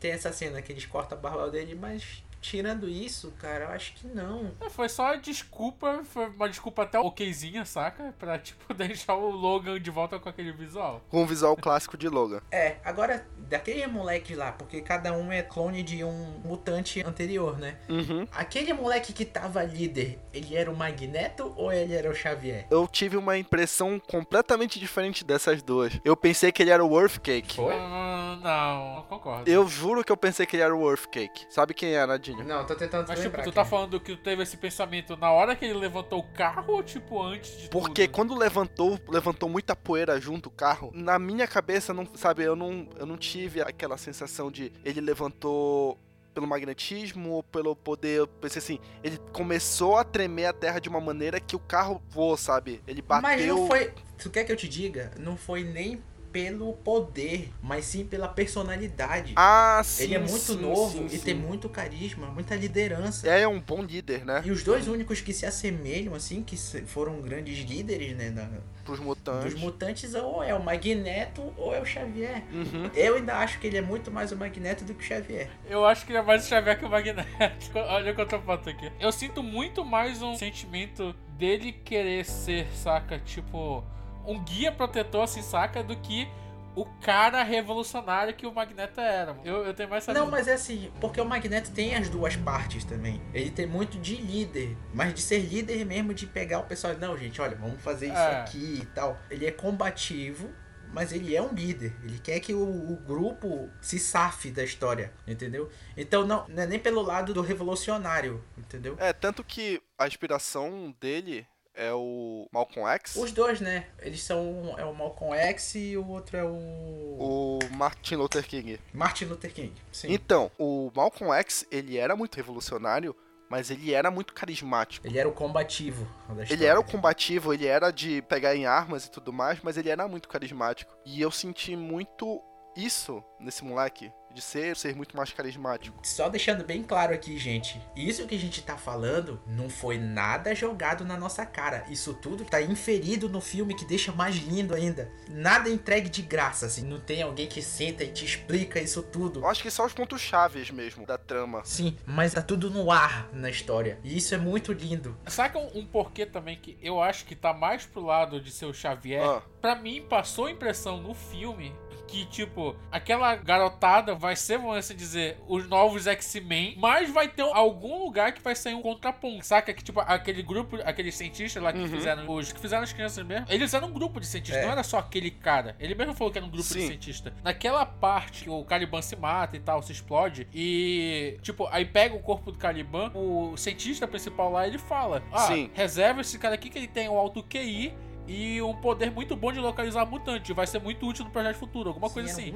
[SPEAKER 5] tem essa cena que eles cortam a barba dele, mas tirando isso, cara, eu acho que não.
[SPEAKER 4] É, Foi só a desculpa, foi uma desculpa até okzinha, saca? Pra, tipo, deixar o Logan de volta com aquele visual.
[SPEAKER 3] Com o visual clássico de Logan.
[SPEAKER 5] É, agora, daquele moleque lá, porque cada um é clone de um mutante anterior, né?
[SPEAKER 3] Uhum.
[SPEAKER 5] Aquele moleque que tava líder, ele era o Magneto ou ele era o Xavier?
[SPEAKER 3] Eu tive uma impressão completamente diferente dessas duas. Eu pensei que ele era o Earthcake.
[SPEAKER 5] Foi?
[SPEAKER 4] Não, não, não concordo.
[SPEAKER 3] Eu juro que eu pensei que ele era o Earthcake. Sabe quem é, Nadinho?
[SPEAKER 5] Não, tô tentando
[SPEAKER 4] Mas, tipo,
[SPEAKER 5] lembrar.
[SPEAKER 4] tu tá
[SPEAKER 5] cara.
[SPEAKER 4] falando que tu teve esse pensamento na hora que ele levantou o carro ou, tipo, antes de
[SPEAKER 3] Porque
[SPEAKER 4] tudo?
[SPEAKER 3] quando levantou, levantou muita poeira junto o carro. Na minha cabeça, não, sabe, eu não, eu não tive aquela sensação de ele levantou pelo magnetismo ou pelo poder. Eu pensei assim, ele começou a tremer a terra de uma maneira que o carro voou, sabe? Ele bateu.
[SPEAKER 5] Mas não foi. Tu quer que eu te diga? Não foi nem pelo poder, mas sim pela personalidade.
[SPEAKER 3] Ah, sim.
[SPEAKER 5] ele é muito
[SPEAKER 3] sim,
[SPEAKER 5] novo
[SPEAKER 3] sim,
[SPEAKER 5] e
[SPEAKER 3] sim.
[SPEAKER 5] tem muito carisma, muita liderança.
[SPEAKER 3] É um bom líder, né?
[SPEAKER 5] E os dois únicos que se assemelham, assim, que se- foram grandes líderes, né, da-
[SPEAKER 3] Pros
[SPEAKER 5] dos
[SPEAKER 3] mutantes.
[SPEAKER 5] mutantes, ou é o Magneto ou é o Xavier.
[SPEAKER 3] Uhum.
[SPEAKER 5] Eu ainda acho que ele é muito mais o Magneto do que o Xavier.
[SPEAKER 4] Eu acho que ele é mais o Xavier que o Magneto. Olha quanta foto aqui. Eu sinto muito mais um sentimento dele querer ser, saca? Tipo, um guia protetor, assim, saca? Do que o cara revolucionário que o Magneto era. mano. Eu, eu tenho mais essa
[SPEAKER 5] Não,
[SPEAKER 4] visão.
[SPEAKER 5] mas é assim, porque o Magneto tem as duas partes também. Ele tem muito de líder, mas de ser líder mesmo, de pegar o pessoal, não, gente, olha, vamos fazer isso
[SPEAKER 4] É.
[SPEAKER 5] aqui e tal. Ele é combativo, mas ele é um líder. Ele quer que o, o grupo se safe da história, entendeu? Então não, não é nem pelo lado do revolucionário, entendeu?
[SPEAKER 3] É, tanto que a inspiração dele é o Malcolm X,
[SPEAKER 5] Os dois, né? Eles são é o Malcolm X e o outro é o,
[SPEAKER 3] o Martin Luther King.
[SPEAKER 5] Martin Luther King. Sim.
[SPEAKER 3] Então, o Malcolm X, ele era muito revolucionário, mas ele era muito carismático.
[SPEAKER 5] Ele era o combativo da história.
[SPEAKER 3] Ele era o combativo, ele era de pegar em armas e tudo mais, mas ele era muito carismático. E eu senti muito isso nesse moleque, de ser, ser muito mais carismático.
[SPEAKER 5] Só deixando bem claro aqui, gente, isso que a gente tá falando não foi nada jogado na nossa cara. Isso tudo tá inferido no filme que deixa mais lindo ainda. Nada é entregue de graça, assim. Não tem alguém que senta e te explica isso tudo.
[SPEAKER 3] Eu acho que só os pontos chaves mesmo da trama.
[SPEAKER 5] Sim, mas tá tudo no ar na história. E isso é muito lindo.
[SPEAKER 4] Saca um, um porquê também que eu acho que tá mais pro lado de ser o
[SPEAKER 5] É.
[SPEAKER 4] Xavier.
[SPEAKER 3] Ah,
[SPEAKER 4] Pra mim, passou a impressão no filme que, tipo, aquela garotada vai ser, vamos assim dizer, os novos X-Men, mas vai ter algum lugar que vai sair um contraponto, saca? Que, tipo, aquele grupo, aqueles cientistas lá que
[SPEAKER 3] Uhum.
[SPEAKER 4] fizeram os que fizeram as crianças mesmo, eles eram um grupo de cientistas,
[SPEAKER 5] É.
[SPEAKER 4] não era só aquele cara. Ele mesmo falou que era um grupo de
[SPEAKER 3] Sim.
[SPEAKER 4] cientistas. Naquela parte que o Caliban se mata e tal, se explode, e, tipo, aí pega o corpo do Caliban, o cientista principal lá, ele fala, ah,
[SPEAKER 3] Sim.
[SPEAKER 4] reserva esse cara aqui que ele tem o alto QI, e um poder muito bom de localizar mutante. Vai ser muito útil no projeto futuro, alguma
[SPEAKER 5] é
[SPEAKER 4] coisa assim.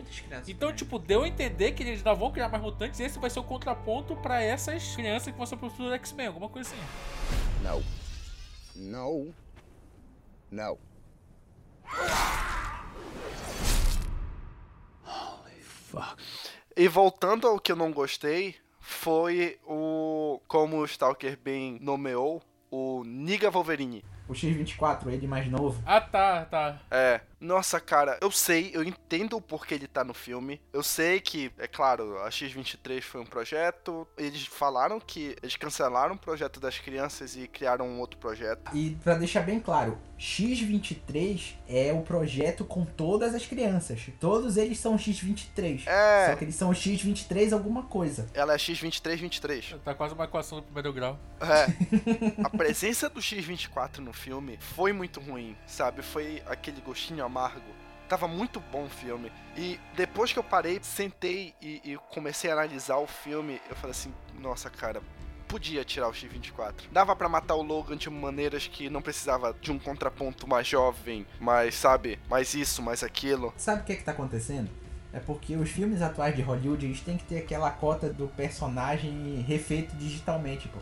[SPEAKER 4] Então, tipo, deu a entender que eles ainda vão criar mais mutantes e esse vai ser o contraponto pra essas crianças que vão ser pro futuro X-Men, alguma coisa assim.
[SPEAKER 6] No. No. No.
[SPEAKER 3] E voltando ao que eu não gostei, foi o. Como o Stalker bem nomeou, o Niga Wolverine.
[SPEAKER 5] O X24, ele mais novo.
[SPEAKER 4] Ah, tá, tá.
[SPEAKER 3] É. Nossa, cara, eu sei, eu entendo o porquê ele tá no filme. Eu sei que, é claro, a X23 foi um projeto. Eles falaram que eles cancelaram o projeto das crianças e criaram um outro projeto.
[SPEAKER 5] E pra deixar bem claro, X23 é o projeto com todas as crianças. Todos eles são X23.
[SPEAKER 3] É,
[SPEAKER 5] que eles são X23 alguma coisa.
[SPEAKER 3] ela é X2323.
[SPEAKER 4] Tá quase uma equação do primeiro grau.
[SPEAKER 3] É. A presença do X24 no filme foi muito ruim, sabe? Foi aquele gostinho amargo. Tava muito bom o filme. E depois que eu parei, sentei e, e comecei a analisar o filme, eu falei assim: nossa, cara. Podia tirar o X-24. Dava pra matar o Logan de maneiras que não precisava de um contraponto mais jovem, mais, sabe, mais isso, mais aquilo.
[SPEAKER 5] Sabe o que, é que tá acontecendo? É porque os filmes atuais de Hollywood, eles têm que ter aquela cota do personagem refeito digitalmente, pô.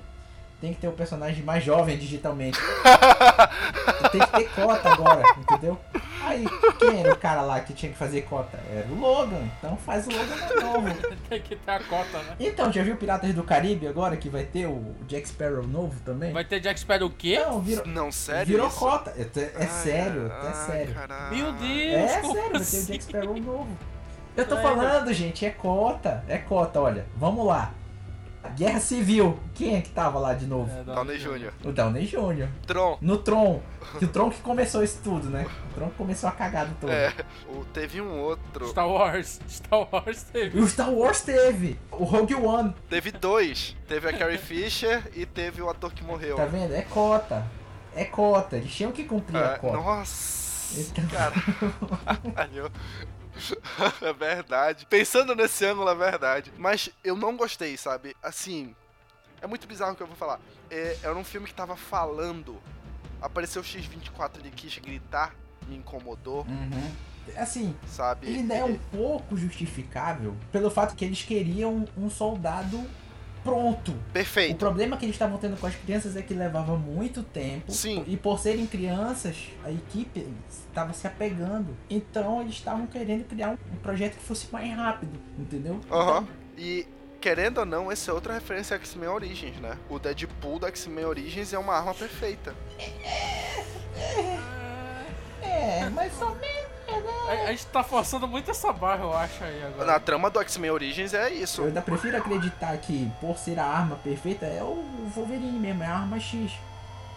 [SPEAKER 5] Tem que ter o personagem mais jovem digitalmente. Tu tem que ter cota agora, entendeu? Aí, quem era o cara lá que tinha que fazer cota? Era o Logan. Então faz o Logan mais novo.
[SPEAKER 4] Tem que ter a cota, né?
[SPEAKER 5] Então, já viu Piratas do Caribe agora, que vai ter o Jack Sparrow novo também?
[SPEAKER 4] Vai ter Jack Sparrow o quê?
[SPEAKER 5] Não, virou,
[SPEAKER 3] Não, sério?
[SPEAKER 5] virou
[SPEAKER 3] isso?
[SPEAKER 5] cota. É, é
[SPEAKER 3] Ai,
[SPEAKER 5] sério, é
[SPEAKER 3] ai,
[SPEAKER 5] sério.
[SPEAKER 3] caralho.
[SPEAKER 4] Meu Deus,
[SPEAKER 5] É sério,
[SPEAKER 4] como
[SPEAKER 5] vai ter o
[SPEAKER 4] assim?
[SPEAKER 5] Jack Sparrow um novo. Eu tô falando, gente, é cota. É cota, olha. Vamos lá. Guerra Civil. Quem é que tava lá de novo?
[SPEAKER 4] É, da-
[SPEAKER 3] Downey Jr.
[SPEAKER 5] O Downey Jr.
[SPEAKER 3] Tron.
[SPEAKER 5] No Tron. Que o Tron que começou isso tudo, né? O Tron que começou a cagada toda.
[SPEAKER 3] É, o, teve um outro.
[SPEAKER 4] Star Wars. Star Wars teve.
[SPEAKER 5] E o Star Wars teve. O Rogue One.
[SPEAKER 3] Teve dois. Teve a Carrie Fisher e teve o ator que morreu.
[SPEAKER 5] Tá vendo? É cota. É cota. Eles tinham que cumprir a
[SPEAKER 4] É,
[SPEAKER 3] Ah,
[SPEAKER 5] cota.
[SPEAKER 3] nossa.
[SPEAKER 5] Então-
[SPEAKER 3] Caralho. É verdade. Pensando nesse ângulo, é verdade. Mas eu não gostei, sabe? Assim, é muito bizarro o que eu vou falar. É, era um filme que tava falando. Apareceu o X24, ele quis gritar, me incomodou,
[SPEAKER 5] Uhum. Assim,
[SPEAKER 3] sabe?
[SPEAKER 5] ele ainda é um pouco justificável pelo fato que eles queriam um soldado pronto. O
[SPEAKER 3] Perfeito.
[SPEAKER 5] problema que eles estavam tendo com as crianças é que levava muito tempo.
[SPEAKER 3] Sim.
[SPEAKER 5] E por serem crianças, a equipe estava se apegando. Então eles estavam querendo criar um um projeto que fosse mais rápido, entendeu?
[SPEAKER 3] Aham.
[SPEAKER 5] um
[SPEAKER 3] E querendo ou não, essa é outra referência a X-Men Origins, né? O Deadpool da X-Men Origins é uma arma perfeita.
[SPEAKER 5] É, mas só mesmo.
[SPEAKER 4] A, a gente tá forçando muito essa barra, eu acho, aí agora.
[SPEAKER 3] Na trama do X-Men Origins é isso.
[SPEAKER 5] Eu ainda prefiro acreditar que, por ser a arma perfeita, é o Wolverine mesmo, é a arma X.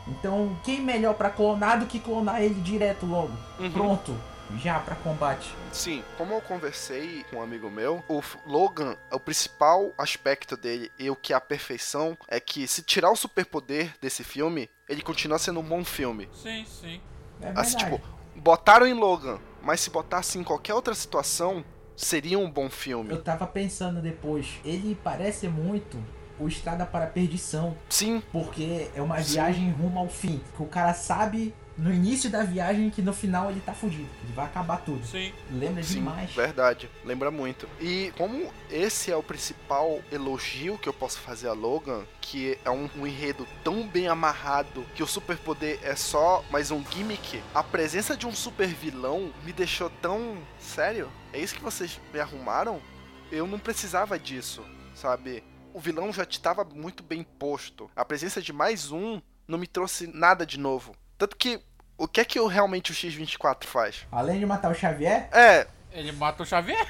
[SPEAKER 5] Então, quem melhor pra clonar do que clonar ele direto logo?
[SPEAKER 3] Uhum.
[SPEAKER 5] Pronto, já pra combate.
[SPEAKER 3] Sim, como eu conversei com um amigo meu, o F- Logan, o principal aspecto dele e o que é a perfeição é que se tirar o superpoder desse filme, ele continua sendo um bom filme.
[SPEAKER 4] Sim, sim.
[SPEAKER 5] É verdade.
[SPEAKER 3] Assim, tipo, botaram em Logan, mas se botasse em qualquer outra situação, seria um bom filme.
[SPEAKER 5] Eu tava pensando depois, ele parece muito o Estrada para a Perdição,
[SPEAKER 3] Sim,
[SPEAKER 5] porque é uma
[SPEAKER 3] Sim.
[SPEAKER 5] viagem rumo ao fim. Que o cara sabe no início da viagem que no final ele tá fudido, que ele vai acabar tudo.
[SPEAKER 4] Sim.
[SPEAKER 5] Lembra
[SPEAKER 3] sim,
[SPEAKER 5] É
[SPEAKER 3] é.
[SPEAKER 5] demais.
[SPEAKER 3] verdade, lembra muito. E como esse é o principal elogio que eu posso fazer a Logan, que é um, um enredo tão bem amarrado que o superpoder é só mais um gimmick, a presença de um super vilão me deixou tão sério. É isso que vocês me arrumaram? Eu não precisava disso, sabe? O vilão já estava muito bem posto. A presença de mais um não me trouxe nada de novo. Tanto que o que é que eu, realmente o X24 faz?
[SPEAKER 5] Além de matar o Xavier,
[SPEAKER 3] É,
[SPEAKER 4] Ele mata o Xavier.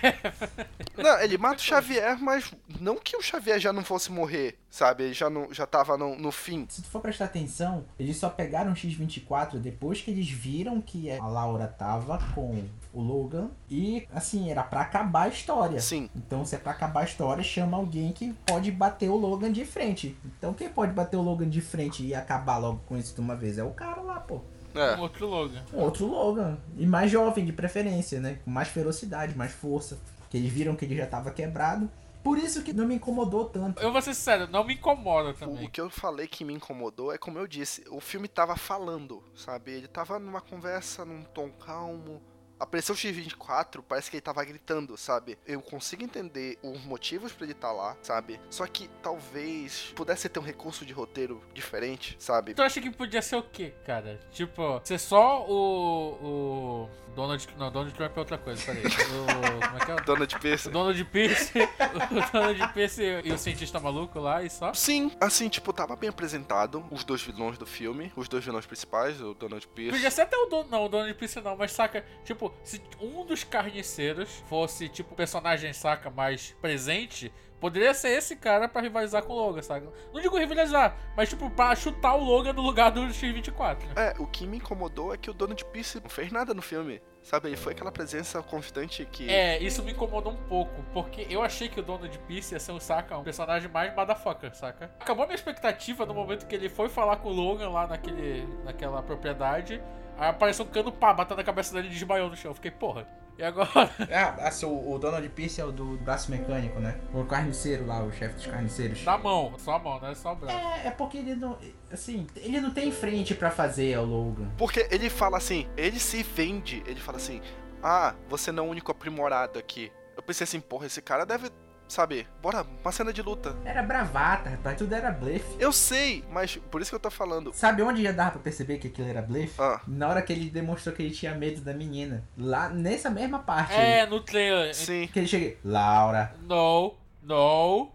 [SPEAKER 3] Não, ele mata o Xavier, mas não que o Xavier já não fosse morrer, sabe? Ele já, não, já tava no, no fim.
[SPEAKER 5] Se tu for prestar atenção, eles só pegaram o X-24 depois que eles viram que a Laura tava com o Logan e, assim, era pra acabar a história.
[SPEAKER 3] Sim.
[SPEAKER 5] Então, se é pra acabar a história, chama alguém que pode bater o Logan de frente. Então, quem pode bater o Logan de frente e acabar logo com isso de uma vez é o cara lá, pô.
[SPEAKER 3] É.
[SPEAKER 4] Um outro Logan.
[SPEAKER 5] Um outro Logan. E mais jovem, de preferência, né? Com mais ferocidade, mais força. Que eles viram que ele já tava quebrado. Por isso que não me incomodou tanto.
[SPEAKER 4] Eu vou ser sincero, não me incomoda
[SPEAKER 3] O, o
[SPEAKER 4] também.
[SPEAKER 3] que eu falei que me incomodou é como eu disse, o filme tava falando, sabe? Ele tava numa conversa, num tom calmo. Apareceu o X-24, parece que ele tava gritando, sabe? Eu consigo entender os motivos pra ele estar tá lá, sabe? Só que talvez pudesse ter um recurso de roteiro diferente, sabe?
[SPEAKER 4] Tu acha Então que podia ser o quê, cara? Tipo, ser só o. o Donald. Não, Donald Trump é outra coisa, peraí. O, como é que é?
[SPEAKER 3] Dona de
[SPEAKER 4] O
[SPEAKER 3] Pierce.
[SPEAKER 4] Donald Pierce. O Donald Pierce e o cientista maluco lá e só.
[SPEAKER 3] Sim, assim, tipo, tava bem apresentado os dois vilões do filme, os dois vilões principais, o Donald Pierce.
[SPEAKER 4] Podia ser até o dono. Não, o dono de Pizza não, mas saca. Tipo, se um dos carniceiros fosse, tipo, personagem, saca, mais presente, poderia ser esse cara pra rivalizar com o Logan, saca? Não digo rivalizar, mas, tipo, pra chutar o Logan no lugar do X24. né?
[SPEAKER 3] É, o que me incomodou é que o Donald Pierce não fez nada no filme. Sabe, ele foi aquela presença constante que.
[SPEAKER 4] É, isso me incomodou um pouco, porque eu achei que o dono de Pierce ia ser um saca, um personagem mais motherfucker, saca? Acabou a minha expectativa no momento que ele foi falar com o Logan lá naquele, naquela propriedade, aí apareceu um cano pá, batendo na cabeça dele e desmaiou no chão. Eu fiquei, porra, e agora?
[SPEAKER 5] Ah, assim, o, o Donald Pierce é o do braço mecânico, né? O carniceiro lá, o chefe dos carniceiros.
[SPEAKER 4] Na mão, só a mão, não é só o braço.
[SPEAKER 5] É, é porque ele não. Assim, ele não tem frente pra fazer, é o Logan.
[SPEAKER 3] Porque ele fala assim, ele se vende, ele fala assim: Ah, você não é o único aprimorado aqui. Eu pensei assim, porra, esse cara deve. Sabe, bora, uma cena de luta.
[SPEAKER 5] Era bravata, rapaz, tudo era blefe.
[SPEAKER 3] Eu sei, mas por isso que eu tô falando.
[SPEAKER 5] Sabe onde já dava pra perceber que aquilo era blefe?
[SPEAKER 3] Ah,
[SPEAKER 5] Na hora que ele demonstrou que ele tinha medo da menina. Lá nessa mesma parte.
[SPEAKER 4] É, no trailer.
[SPEAKER 3] sim.
[SPEAKER 5] Que ele chega. Laura,
[SPEAKER 4] No, no,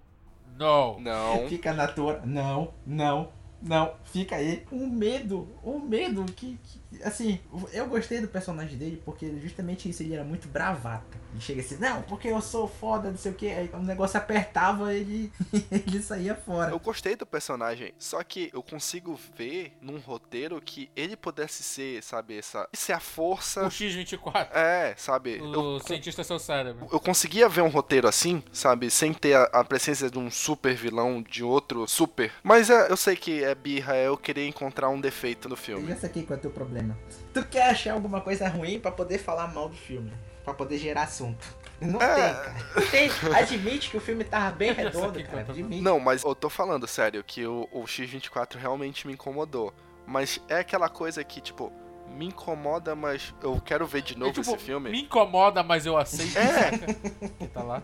[SPEAKER 4] no.
[SPEAKER 3] Não.
[SPEAKER 5] fica na tua. Não, não, não. Fica aí. Um medo, um medo que, que Assim, eu gostei do personagem dele porque justamente isso, ele era muito bravata. Ele chega assim, não, porque eu sou foda, não sei o que. Aí o negócio apertava, ele, ele saía fora.
[SPEAKER 3] Eu gostei do personagem, só que eu consigo ver num roteiro que ele pudesse ser, sabe, essa. Isso é a
[SPEAKER 4] O
[SPEAKER 3] força.
[SPEAKER 4] X24.
[SPEAKER 3] É, sabe?
[SPEAKER 4] O
[SPEAKER 3] Eu,
[SPEAKER 4] cientista é seu cérebro.
[SPEAKER 3] eu conseguia ver um roteiro assim, sabe? Sem ter a, a presença de um super vilão, de outro super. Mas é, eu sei que é birra, é eu querer encontrar um defeito no
[SPEAKER 5] Eu
[SPEAKER 3] filme.
[SPEAKER 5] já saquei qual é o teu problema. Tu quer achar alguma coisa ruim pra poder falar mal do filme. Pra poder gerar assunto. Não
[SPEAKER 3] É.
[SPEAKER 5] tem, cara. Não tem. Admite que o filme tava bem redondo,
[SPEAKER 4] saquei
[SPEAKER 5] cara.
[SPEAKER 4] qual é o
[SPEAKER 5] Admite.
[SPEAKER 3] Não, mas eu tô falando sério que o, o X24 realmente me incomodou. Mas é aquela coisa que, tipo, me incomoda, mas eu quero ver de novo
[SPEAKER 4] É, tipo,
[SPEAKER 3] esse filme.
[SPEAKER 4] Me incomoda, mas eu aceito.
[SPEAKER 3] É,
[SPEAKER 4] que tá lá.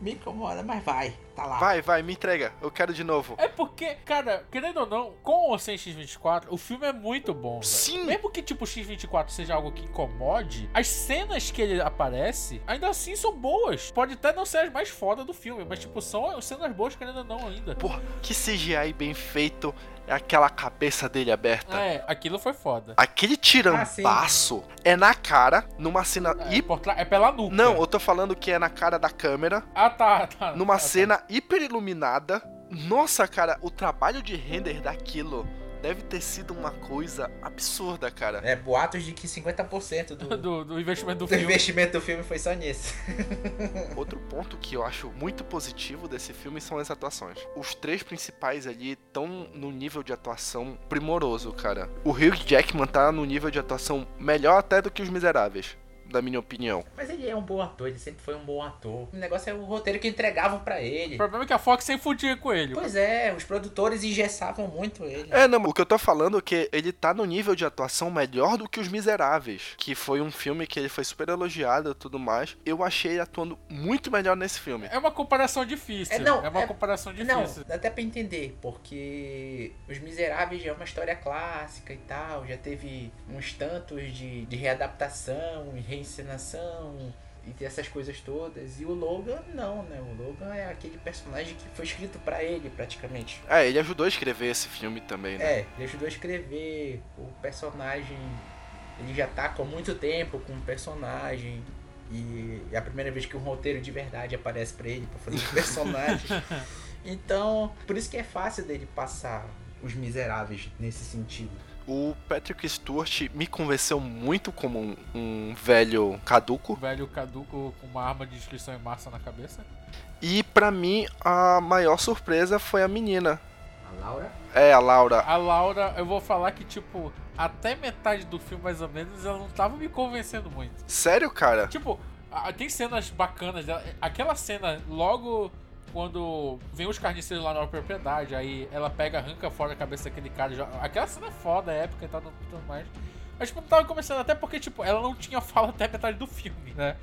[SPEAKER 5] Me incomoda, mas vai. Tá lá.
[SPEAKER 3] vai, vai, me entrega. Eu quero de novo.
[SPEAKER 4] É porque, cara, querendo ou não, com ou sem X24, o filme é muito bom. velho.
[SPEAKER 3] Sim.
[SPEAKER 4] Mesmo que, tipo, o X24 seja algo que incomode, as cenas que ele aparece, ainda assim são boas. Pode até não ser as mais fodas do filme, mas, tipo, são cenas boas, querendo ou não, ainda.
[SPEAKER 3] Porra, que CGI bem feito é aquela cabeça dele
[SPEAKER 5] Tá.
[SPEAKER 3] aberta.
[SPEAKER 4] É, aquilo foi foda.
[SPEAKER 3] Aquele tirambaço é na cara, numa cena.
[SPEAKER 4] É,
[SPEAKER 3] hip-
[SPEAKER 4] por trás- é pela nuca.
[SPEAKER 3] Não, eu tô falando que é na cara da câmera,
[SPEAKER 4] Ah, tá, tá.
[SPEAKER 3] numa
[SPEAKER 4] Ah, tá.
[SPEAKER 3] cena hiper iluminada. Nossa, cara, o trabalho de render daquilo deve ter sido uma coisa absurda, cara.
[SPEAKER 5] É, boatos de que 50% do, do,
[SPEAKER 4] Do, do investimento do filme.
[SPEAKER 5] investimento do filme foi só nisso.
[SPEAKER 3] Outro ponto que eu acho muito positivo desse filme são as atuações. Os três principais ali estão num nível de atuação primoroso, cara. O Hugh Jackman tá num nível de atuação melhor até do que os Miseráveis, da minha opinião.
[SPEAKER 5] Mas ele é um bom ator, ele sempre foi um bom ator. O negócio é o roteiro que entregavam pra
[SPEAKER 4] O
[SPEAKER 5] ele.
[SPEAKER 4] problema é que a Fox sempre fudia com ele.
[SPEAKER 5] Pois é, os produtores engessavam muito ele.
[SPEAKER 3] É, não, o que eu tô falando é que ele tá no nível de atuação melhor do que os Miseráveis, que foi um filme que ele foi super elogiado e tudo mais. Eu achei ele atuando muito melhor nesse filme.
[SPEAKER 4] É uma comparação difícil.
[SPEAKER 5] É, não,
[SPEAKER 4] uma
[SPEAKER 5] é-
[SPEAKER 4] comparação
[SPEAKER 5] Não,
[SPEAKER 4] difícil.
[SPEAKER 5] dá até pra entender, porque Os Miseráveis já é uma história clássica e tal, já teve uns tantos de, de readaptação e reencenação e essas coisas todas. E o Logan não, né? O Logan é aquele personagem que foi escrito pra ele, praticamente.
[SPEAKER 3] É, ele ajudou a escrever esse filme também, né?
[SPEAKER 5] É, ele ajudou a escrever, o personagem, ele já tá com muito tempo com o personagem. E é a primeira vez que um roteiro de verdade aparece pra ele pra fazer o personagem. Então, por isso que é fácil dele passar os miseráveis nesse sentido.
[SPEAKER 3] O Patrick Stewart me convenceu muito como um, um velho caduco.
[SPEAKER 4] O velho caduco com uma arma de inscrição em massa na cabeça.
[SPEAKER 3] E pra mim, a maior surpresa foi a menina.
[SPEAKER 5] A Laura?
[SPEAKER 3] É, a Laura.
[SPEAKER 4] A Laura, eu vou falar que, tipo, até metade do filme, mais ou menos, ela não tava me convencendo muito.
[SPEAKER 3] Sério, cara?
[SPEAKER 4] Tipo, a- tem cenas bacanas dela. Aquela cena, logo quando vem os carniceiros lá na propriedade, aí ela pega, arranca fora a cabeça daquele cara. e joga- Aquela cena é foda, é épica e tal, tudo mais. Mas, tipo, não tava começando, até porque, tipo, ela não tinha fala até metade do filme, né?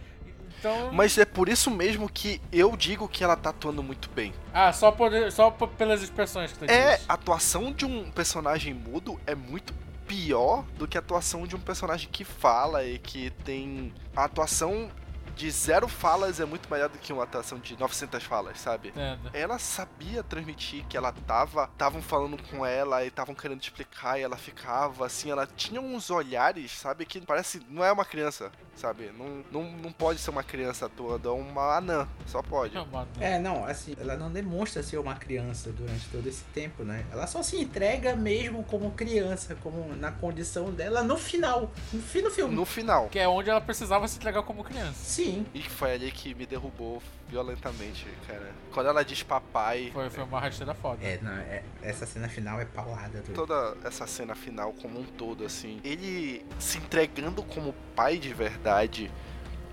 [SPEAKER 4] Então.
[SPEAKER 3] Mas é por isso mesmo que eu digo que ela tá atuando muito bem.
[SPEAKER 4] Ah, só, por, só por- pelas expressões que tu
[SPEAKER 3] É,
[SPEAKER 4] disse.
[SPEAKER 3] a atuação de um personagem mudo é muito pior do que a atuação de um personagem que fala e que tem. A atuação de zero falas é muito melhor do que uma atuação de 900 falas, sabe?
[SPEAKER 4] Entendo.
[SPEAKER 3] Ela sabia transmitir que ela tava. Estavam falando com ela e estavam querendo explicar e ela ficava assim. Ela tinha uns olhares, sabe? Que parece. Não é uma criança, sabe? Não, não, não pode ser uma criança atuando, é uma anã. Só pode.
[SPEAKER 4] Não, mano.
[SPEAKER 5] É, não, assim, ela não demonstra ser uma criança durante todo esse tempo, né? Ela só se entrega mesmo como criança, como na condição dela no final, no fim do filme.
[SPEAKER 3] No final.
[SPEAKER 4] Que é onde ela precisava se entregar como criança.
[SPEAKER 5] Sim,
[SPEAKER 3] E foi ali que me derrubou violentamente, cara. Quando ela diz papai.
[SPEAKER 4] Foi, foi uma rasteira foda.
[SPEAKER 5] É, não, é- essa cena final é paulada. Do...
[SPEAKER 3] Toda essa cena final como um todo, assim. Ele se entregando como pai de verdade.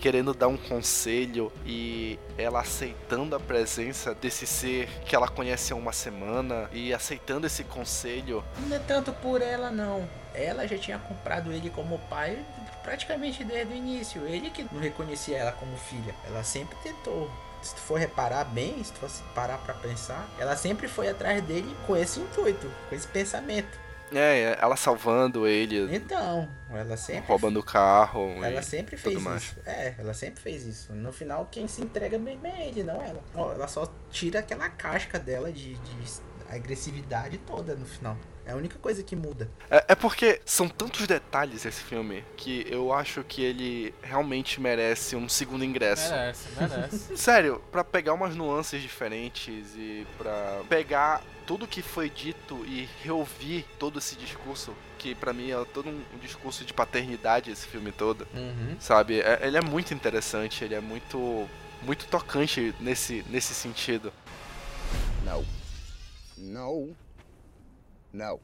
[SPEAKER 3] Querendo dar um conselho e ela aceitando a presença desse ser que ela conhece há uma semana e aceitando esse conselho.
[SPEAKER 5] Não é tanto por ela, não. Ela já tinha comprado ele como pai praticamente desde o início. Ele que não reconhecia ela como filha. Ela sempre tentou. Se tu for reparar bem, se tu for parar pra pensar, ela sempre foi atrás dele com esse intuito, com esse pensamento.
[SPEAKER 3] É, ela salvando ele,
[SPEAKER 5] Então, ela sempre.
[SPEAKER 3] roubando o carro. e-
[SPEAKER 5] Ela sempre fez
[SPEAKER 3] tudo mais.
[SPEAKER 5] isso. É, ela sempre fez isso. No final, quem se entrega mesmo é ele, não ela. Ó, Ela só tira aquela casca dela de, de a agressividade toda no final. É a única coisa que muda.
[SPEAKER 3] É, é porque são tantos detalhes esse filme que eu acho que ele realmente merece um segundo ingresso.
[SPEAKER 4] Merece, merece.
[SPEAKER 3] Sério, pra pegar umas nuances diferentes e pra pegar tudo que foi dito e reouvir todo esse discurso, que pra mim é todo um um discurso de paternidade esse filme todo,
[SPEAKER 5] Uhum.
[SPEAKER 3] sabe? É- ele é muito interessante, ele é muito muito tocante nesse nesse sentido.
[SPEAKER 6] No. No. No.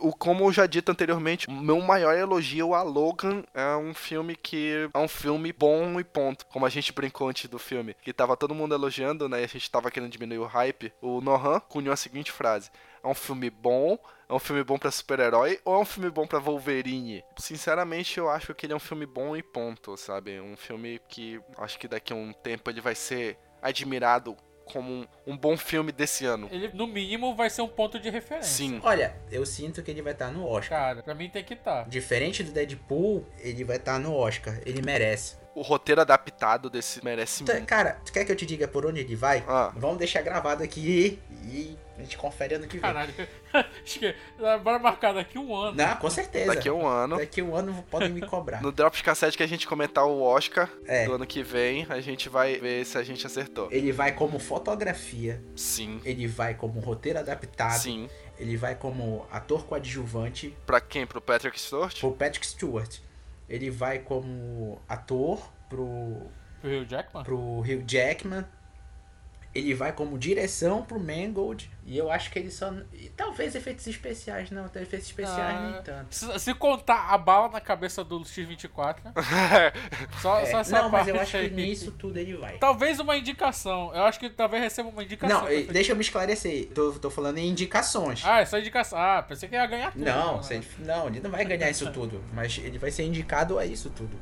[SPEAKER 3] O, como eu já dito anteriormente, o meu maior elogio a Logan é um filme que é um filme bom e ponto. Como a gente brincou antes do filme, que tava todo mundo elogiando, né? E a gente tava querendo diminuir o hype. O Nohan cunhou a seguinte frase: É um filme bom, é um filme bom pra super-herói ou é um filme bom pra Wolverine? Sinceramente, eu acho que ele é um filme bom e ponto, sabe? Um filme que acho que daqui a um tempo ele vai ser admirado como um, um bom filme desse ano.
[SPEAKER 4] Ele, no mínimo, vai ser um ponto de referência.
[SPEAKER 3] Sim.
[SPEAKER 5] Olha, eu sinto que ele vai estar no Oscar.
[SPEAKER 4] Cara, pra mim tem que tá. estar.
[SPEAKER 5] Diferente do Deadpool, ele vai estar no Oscar. Ele merece.
[SPEAKER 3] O roteiro adaptado desse merece
[SPEAKER 5] Tá,
[SPEAKER 3] muito.
[SPEAKER 5] Cara, tu quer que eu te diga por onde ele vai?
[SPEAKER 3] Ah.
[SPEAKER 5] Vamos deixar gravado aqui e a gente confere ano que vem.
[SPEAKER 4] Caralho. Acho que- Bora marcar daqui um ano.
[SPEAKER 5] Não, com certeza.
[SPEAKER 3] Daqui a um ano.
[SPEAKER 5] Daqui a um ano podem me cobrar.
[SPEAKER 3] No Drops Cassete que a gente comentar o Oscar
[SPEAKER 5] É.
[SPEAKER 3] do ano que vem, a gente vai ver se a gente acertou.
[SPEAKER 5] Ele vai como fotografia,
[SPEAKER 3] Sim.
[SPEAKER 5] ele vai como um roteiro adaptado,
[SPEAKER 3] Sim.
[SPEAKER 5] ele vai como ator coadjuvante
[SPEAKER 3] Pra quem? Pro Patrick Stewart?
[SPEAKER 5] pro Patrick Stewart. Ele vai como ator pro,
[SPEAKER 4] Pro Hugh Jackman?
[SPEAKER 5] pro Hugh Jackman. Ele vai como direção pro Mangold. E eu acho que ele só. e talvez efeitos especiais, não. Tem efeitos especiais
[SPEAKER 4] Ah.
[SPEAKER 5] nem tanto.
[SPEAKER 4] Se, se contar a bala na cabeça do X-24, né? só,
[SPEAKER 5] É,
[SPEAKER 4] só essa
[SPEAKER 5] não, mas
[SPEAKER 4] parte
[SPEAKER 5] eu acho
[SPEAKER 4] aí. Tá
[SPEAKER 5] que nisso tudo ele vai.
[SPEAKER 4] Talvez uma indicação. Eu acho que talvez receba uma indicação.
[SPEAKER 5] Não,
[SPEAKER 4] pra
[SPEAKER 5] eh,
[SPEAKER 4] frente.
[SPEAKER 5] deixa eu me esclarecer. Tô, tô falando em indicações.
[SPEAKER 4] Ah, é só indicação. Ah, pensei que ia ganhar tudo.
[SPEAKER 5] Não,
[SPEAKER 4] né?
[SPEAKER 5] se ele- não, ele não vai ganhar isso tudo, mas ele vai ser indicado a isso tudo.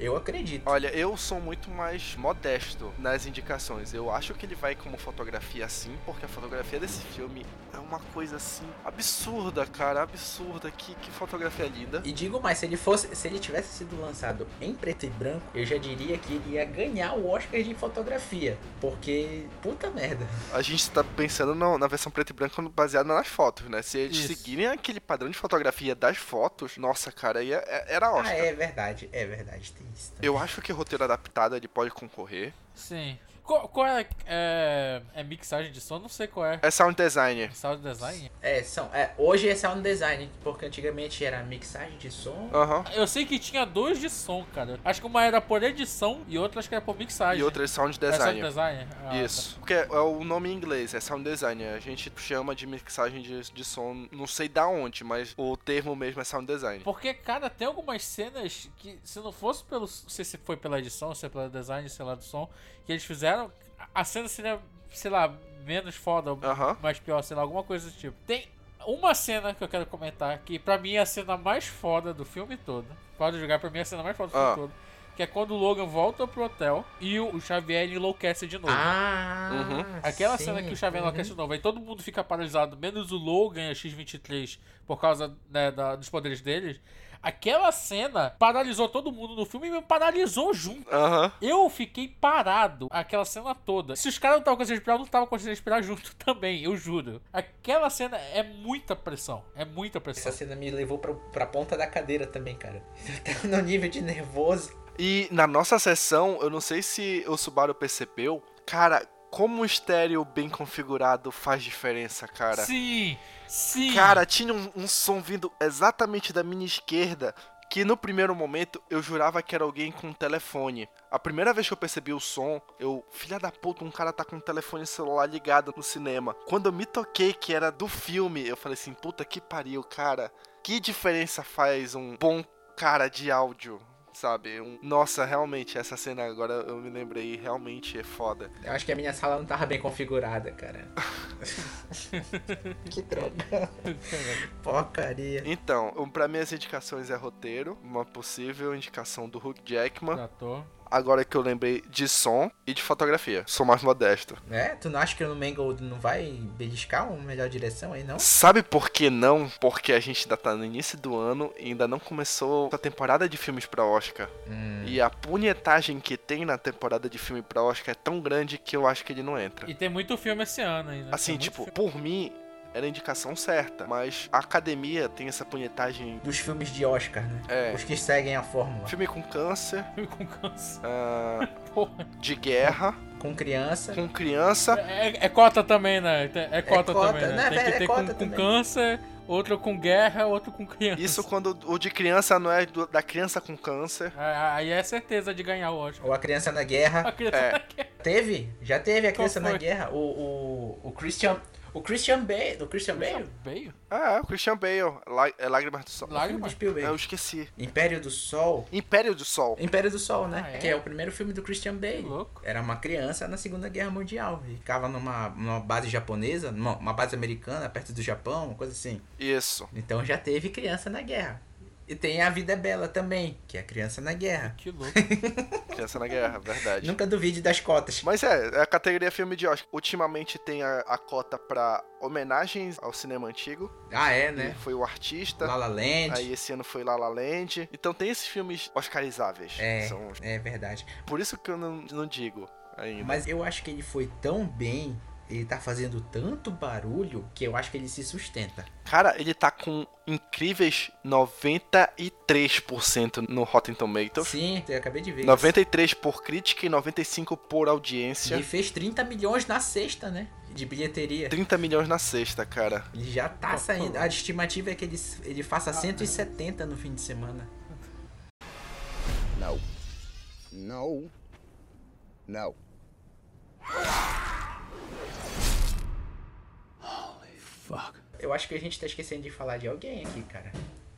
[SPEAKER 5] Eu acredito.
[SPEAKER 3] Olha, eu sou muito mais modesto nas indicações. Eu acho que ele vai como fotografia assim, porque a fotografia desse filme é uma coisa assim absurda, cara, absurda. Que, que fotografia linda.
[SPEAKER 5] E digo mais, se ele fosse, se ele tivesse sido lançado em preto e branco, eu já diria que ele ia ganhar o Oscar de fotografia, porque puta merda.
[SPEAKER 3] A gente tá pensando no- na versão preto e branco baseada nas fotos, né? Se eles
[SPEAKER 4] Isso.
[SPEAKER 3] seguirem aquele padrão de fotografia das fotos, nossa, cara, aí é- era Oscar.
[SPEAKER 5] Ah, é verdade, é verdade, tem isso. também.
[SPEAKER 3] Eu acho que roteiro adaptado ele pode concorrer.
[SPEAKER 4] Sim. Qual, qual é, é. É mixagem de som? Não sei qual é.
[SPEAKER 3] É sound design.
[SPEAKER 4] Sound design?
[SPEAKER 5] É, são, é, hoje é sound design, porque antigamente era mixagem de som.
[SPEAKER 3] Aham.
[SPEAKER 4] Eu sei que tinha dois de som, cara. Acho que uma era por edição e outra acho que era por mixagem.
[SPEAKER 3] E outra é sound
[SPEAKER 4] é sound
[SPEAKER 3] design.
[SPEAKER 4] design? Ah, tá.
[SPEAKER 3] Isso. Porque é o nome em inglês, é sound design. A gente chama de mixagem de, de som, não sei da onde, mas o termo mesmo é sound design.
[SPEAKER 4] Porque, cara, tem algumas cenas que, se não fosse pelo. Não sei se foi pela edição, se é pelo design, sei lá, do som, que eles fizeram, a- a cena seria, sei lá, menos foda,
[SPEAKER 3] Aham.
[SPEAKER 4] mais pior, sei lá, alguma coisa do tipo. Tem uma cena que eu quero comentar, que pra mim é a cena mais foda do filme todo. Pode jogar, pra mim é a cena mais foda do
[SPEAKER 3] Ah.
[SPEAKER 4] filme todo. Que é quando o Logan volta pro hotel e o o Xavier ele enlouquece de novo.
[SPEAKER 5] Ah,
[SPEAKER 3] Uhum.
[SPEAKER 4] Aquela
[SPEAKER 5] sim,
[SPEAKER 4] cena que o Xavier
[SPEAKER 5] uhum.
[SPEAKER 4] enlouquece de novo, aí todo mundo fica paralisado, menos o Logan e a X-23, por causa né, da- dos poderes deles. Aquela cena paralisou todo mundo no filme e me paralisou junto.
[SPEAKER 3] Aham.
[SPEAKER 4] Eu fiquei parado aquela cena toda. Se os caras não estavam conseguindo respirar, eu não tava conseguindo respirar junto também, eu juro. Aquela cena é muita pressão. É muita
[SPEAKER 5] Essa
[SPEAKER 4] pressão.
[SPEAKER 5] cena me levou pra, pra ponta da cadeira também, cara. Eu tava no nível de nervoso.
[SPEAKER 3] E na nossa sessão, eu não sei se o Subaru percebeu, cara, como um estéreo bem configurado faz diferença, cara.
[SPEAKER 4] Sim, sim.
[SPEAKER 3] Cara, tinha um, um som vindo exatamente da minha esquerda. Que no primeiro momento eu jurava que era alguém com um telefone. A primeira vez que eu percebi o som, eu. Filha da puta, um cara tá com um telefone celular ligado no cinema. Quando eu me toquei que era do filme, eu falei assim: puta que pariu, cara. Que diferença faz um bom cara de áudio, sabe? Um- Nossa, realmente, essa cena agora eu me lembrei, realmente é foda.
[SPEAKER 5] Eu acho que a minha sala não tava bem configurada, cara. que droga. Porcaria.
[SPEAKER 3] Então, um, pra mim as indicações é roteiro, uma possível indicação do Hugh Jackman.
[SPEAKER 4] Ator.
[SPEAKER 3] Agora que eu lembrei de som e de fotografia. Sou mais modesto.
[SPEAKER 5] É? Tu não acha que o Mangold não vai beliscar uma melhor direção aí, não?
[SPEAKER 3] Sabe por que não? Porque a gente ainda tá no início do ano e ainda não começou a temporada de filmes pra Oscar.
[SPEAKER 4] Hum.
[SPEAKER 3] E a punhetagem que tem na temporada de filme pra Oscar é tão grande que eu acho que ele não entra.
[SPEAKER 4] E tem muito filme esse ano ainda.
[SPEAKER 3] Assim,
[SPEAKER 4] Tem muito
[SPEAKER 3] tipo,
[SPEAKER 4] filme.
[SPEAKER 3] por mim, era a indicação certa. Mas a academia tem essa punhetagem.
[SPEAKER 5] Dos filmes de Oscar, né?
[SPEAKER 3] É.
[SPEAKER 5] Os que seguem a fórmula.
[SPEAKER 3] Filme com câncer,
[SPEAKER 4] filme com câncer.
[SPEAKER 3] ah,
[SPEAKER 4] Porra.
[SPEAKER 3] de guerra,
[SPEAKER 5] Com criança.
[SPEAKER 3] com criança.
[SPEAKER 4] É, é cota também, né? Tem- É cota,
[SPEAKER 5] cota,
[SPEAKER 4] também, né?
[SPEAKER 5] né,
[SPEAKER 4] Tem
[SPEAKER 5] velho?
[SPEAKER 4] que
[SPEAKER 5] É
[SPEAKER 4] ter
[SPEAKER 5] cota
[SPEAKER 4] com, com
[SPEAKER 5] também.
[SPEAKER 4] câncer, outro com guerra, outro com criança.
[SPEAKER 3] Isso quando o de criança não é do- da criança com câncer.
[SPEAKER 4] Ah, Aí é certeza de ganhar o Oscar.
[SPEAKER 5] Ou a criança na
[SPEAKER 4] A
[SPEAKER 5] guerra.
[SPEAKER 4] criança
[SPEAKER 3] É.
[SPEAKER 4] tá aqui.
[SPEAKER 5] Teve? Já teve a
[SPEAKER 4] Qual
[SPEAKER 5] criança na
[SPEAKER 4] foi?
[SPEAKER 5] guerra? O, o, o Christian. O Christian Bale. O Christian Bale?
[SPEAKER 4] Veio?
[SPEAKER 3] Ah, é, o Christian Bale, lá- é Lágrimas do Sol.
[SPEAKER 5] Filme
[SPEAKER 4] Lágrimas.
[SPEAKER 5] de Spielberg.
[SPEAKER 3] Eu esqueci.
[SPEAKER 5] Império do Sol.
[SPEAKER 3] Império do Sol.
[SPEAKER 5] Império do Sol, né?
[SPEAKER 4] É Ah, é?
[SPEAKER 5] Que é o primeiro filme do Christian Bale.
[SPEAKER 4] Que louco.
[SPEAKER 5] Era uma criança na Segunda Guerra Mundial. E ficava numa, numa base japonesa, numa uma base americana, perto do Japão, uma coisa assim.
[SPEAKER 3] Isso.
[SPEAKER 5] Então já teve criança na guerra. E tem A Vida é Bela também, que é a criança na guerra.
[SPEAKER 4] Que louco.
[SPEAKER 3] Criança na guerra, verdade.
[SPEAKER 5] Nunca duvide das cotas.
[SPEAKER 3] Mas é, é a categoria filme de Oscar. Ultimamente tem a, a cota pra homenagens ao cinema antigo.
[SPEAKER 5] Ah, é,
[SPEAKER 3] Né?
[SPEAKER 5] né?
[SPEAKER 3] Foi o artista.
[SPEAKER 5] La La Land.
[SPEAKER 3] Aí esse ano foi La La Land. Então tem esses filmes oscarizáveis.
[SPEAKER 5] É.
[SPEAKER 3] São-
[SPEAKER 5] É verdade.
[SPEAKER 3] por isso que eu não, não digo ainda.
[SPEAKER 5] Mas eu acho que ele foi tão bem, ele tá fazendo tanto barulho, que eu acho que ele se sustenta.
[SPEAKER 3] Cara, ele tá com incríveis 93% no Rotten Tomatoes.
[SPEAKER 5] Sim, eu acabei de ver.
[SPEAKER 3] 93 por crítica e 95 por audiência.
[SPEAKER 5] Ele fez 30 milhões na sexta, né? De bilheteria.
[SPEAKER 3] 30 milhões na sexta, cara.
[SPEAKER 5] Ele já tá
[SPEAKER 4] Tá
[SPEAKER 5] saindo.
[SPEAKER 4] falando.
[SPEAKER 5] A estimativa é que ele, ele faça 170 no fim de semana.
[SPEAKER 6] No. No. No.
[SPEAKER 5] Eu acho que a gente tá esquecendo de falar de alguém aqui, cara.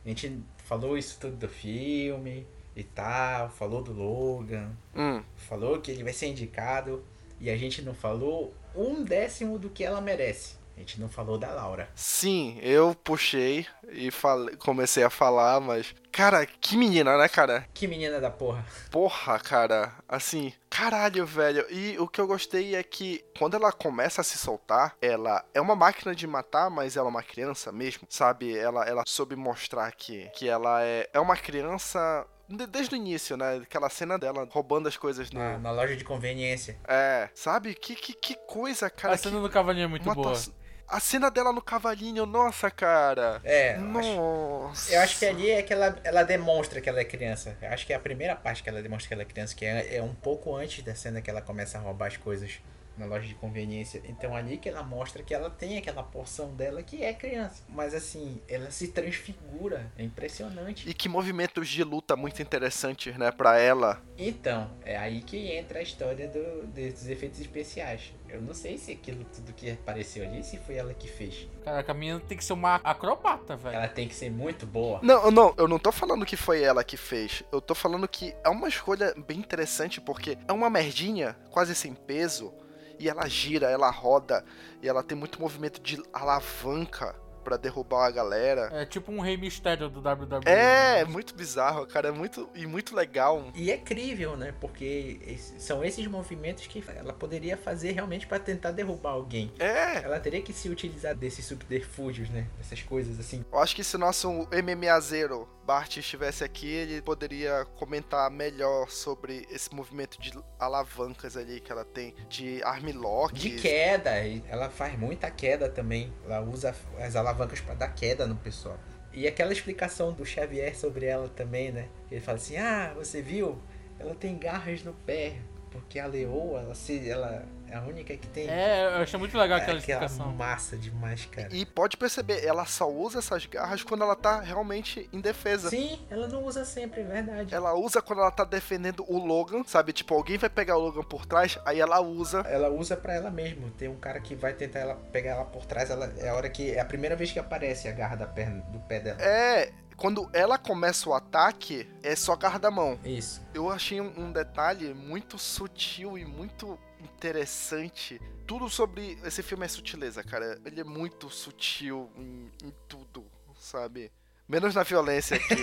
[SPEAKER 5] A gente falou isso tudo do filme e tal, falou do Logan,
[SPEAKER 3] Hum,
[SPEAKER 5] falou que ele vai ser indicado e a gente não falou um décimo do que ela merece. A gente não falou da Laura.
[SPEAKER 3] sim, eu puxei e falei- comecei a falar, mas. Cara, que menina, né, cara?
[SPEAKER 5] Que menina da porra.
[SPEAKER 3] Porra, cara. Assim, caralho, velho. E o que eu gostei é que quando ela começa a se soltar, ela é uma máquina de matar, mas ela é uma criança mesmo, sabe? Ela, ela soube mostrar que, que ela é, é uma criança. de- Desde o início, né? Aquela cena dela roubando as coisas no,
[SPEAKER 5] Na, na loja de conveniência.
[SPEAKER 3] É, sabe? Que, que, que coisa, cara.
[SPEAKER 4] a cena
[SPEAKER 3] que
[SPEAKER 4] do cavalinho é muito
[SPEAKER 3] uma
[SPEAKER 4] boa.
[SPEAKER 3] tos- A cena dela no cavalinho, nossa, cara.
[SPEAKER 5] É, eu acho,
[SPEAKER 3] nossa.
[SPEAKER 5] eu acho que ali é que ela, ela demonstra que ela é criança. Eu acho que é a primeira parte que ela demonstra que ela é criança, que é, é um pouco antes da cena que ela começa a roubar as coisas na loja de conveniência. Então ali que ela mostra que ela tem aquela porção dela que é criança. Mas assim, ela se transfigura. É impressionante.
[SPEAKER 3] E que movimentos de luta muito interessantes, né, pra ela.
[SPEAKER 5] Então, é aí que entra a história do- dos efeitos especiais. Eu não sei se aquilo tudo que apareceu ali, se foi ela que fez.
[SPEAKER 4] Caraca, a menina tem que ser uma acrobata, velho.
[SPEAKER 5] Ela tem que ser muito boa.
[SPEAKER 3] Não, não, eu não tô falando que foi ela que fez. Eu tô falando que é uma escolha bem interessante, porque é uma merdinha, quase sem peso, e ela gira, ela roda, e ela tem muito movimento de alavanca pra derrubar a galera.
[SPEAKER 4] É tipo um rei mistério do WWE.
[SPEAKER 3] É, muito bizarro, cara. É muito. E muito legal.
[SPEAKER 5] E é crível, né? Porque esse- são esses movimentos que ela poderia fazer realmente pra tentar derrubar alguém.
[SPEAKER 3] É,
[SPEAKER 5] Ela teria que se utilizar desses subterfúgios, né? Dessas coisas assim.
[SPEAKER 3] Eu acho que se o nosso MMAzeiro Bart estivesse aqui, ele poderia comentar melhor sobre esse movimento de alavancas ali que ela tem, de armlock.
[SPEAKER 5] De queda, e ela faz muita queda também. Ela usa as alavancas pra dar queda no pessoal. E aquela explicação do Xavier sobre ela também, né? Ele fala assim: "Ah, você viu? Ela tem garras no pé, porque a leoa, ela se ela é a única que tem
[SPEAKER 4] É, eu achei muito legal aquela explicação.
[SPEAKER 5] massa demais, cara.
[SPEAKER 3] E pode perceber, ela só usa essas garras quando ela tá realmente indefesa.
[SPEAKER 5] Sim, ela não usa sempre, é verdade.
[SPEAKER 3] Ela usa quando ela tá defendendo o Logan, sabe? Tipo, alguém vai pegar o Logan por trás, aí ela usa.
[SPEAKER 5] Ela usa pra ela mesma. Tem um cara que vai tentar ela pegar ela por trás, ela é a hora que é a primeira vez que aparece a garra da perna do pé dela.
[SPEAKER 3] É, quando ela começa o ataque, é só garra da mão.
[SPEAKER 5] Isso.
[SPEAKER 3] Eu achei um, um detalhe muito sutil e muito interessante. Tudo sobre esse filme é sutileza, cara. Ele é muito sutil em, em tudo, sabe? Menos na violência aqui.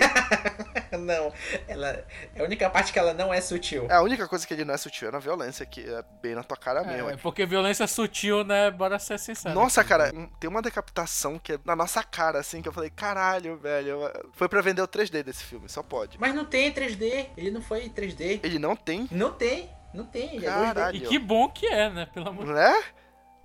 [SPEAKER 5] não, ela. É a única parte que ela não é sutil.
[SPEAKER 3] É a única coisa que ele não é sutil é na violência, que é bem na tua cara mesmo.
[SPEAKER 4] É, né? porque violência sutil, né? Bora ser sincero.
[SPEAKER 3] Nossa, cara, um- tem uma decapitação que é na nossa cara, assim, que eu falei, caralho, velho. ah, Foi pra vender o 3D desse filme, só pode.
[SPEAKER 5] Mas não tem 3D. Ele não foi 3D.
[SPEAKER 3] Ele não tem,
[SPEAKER 5] Não tem. Não tem. Ele é 2D.
[SPEAKER 4] E
[SPEAKER 3] caralho.
[SPEAKER 4] que bom que é, né? Pelo amor de
[SPEAKER 3] Né?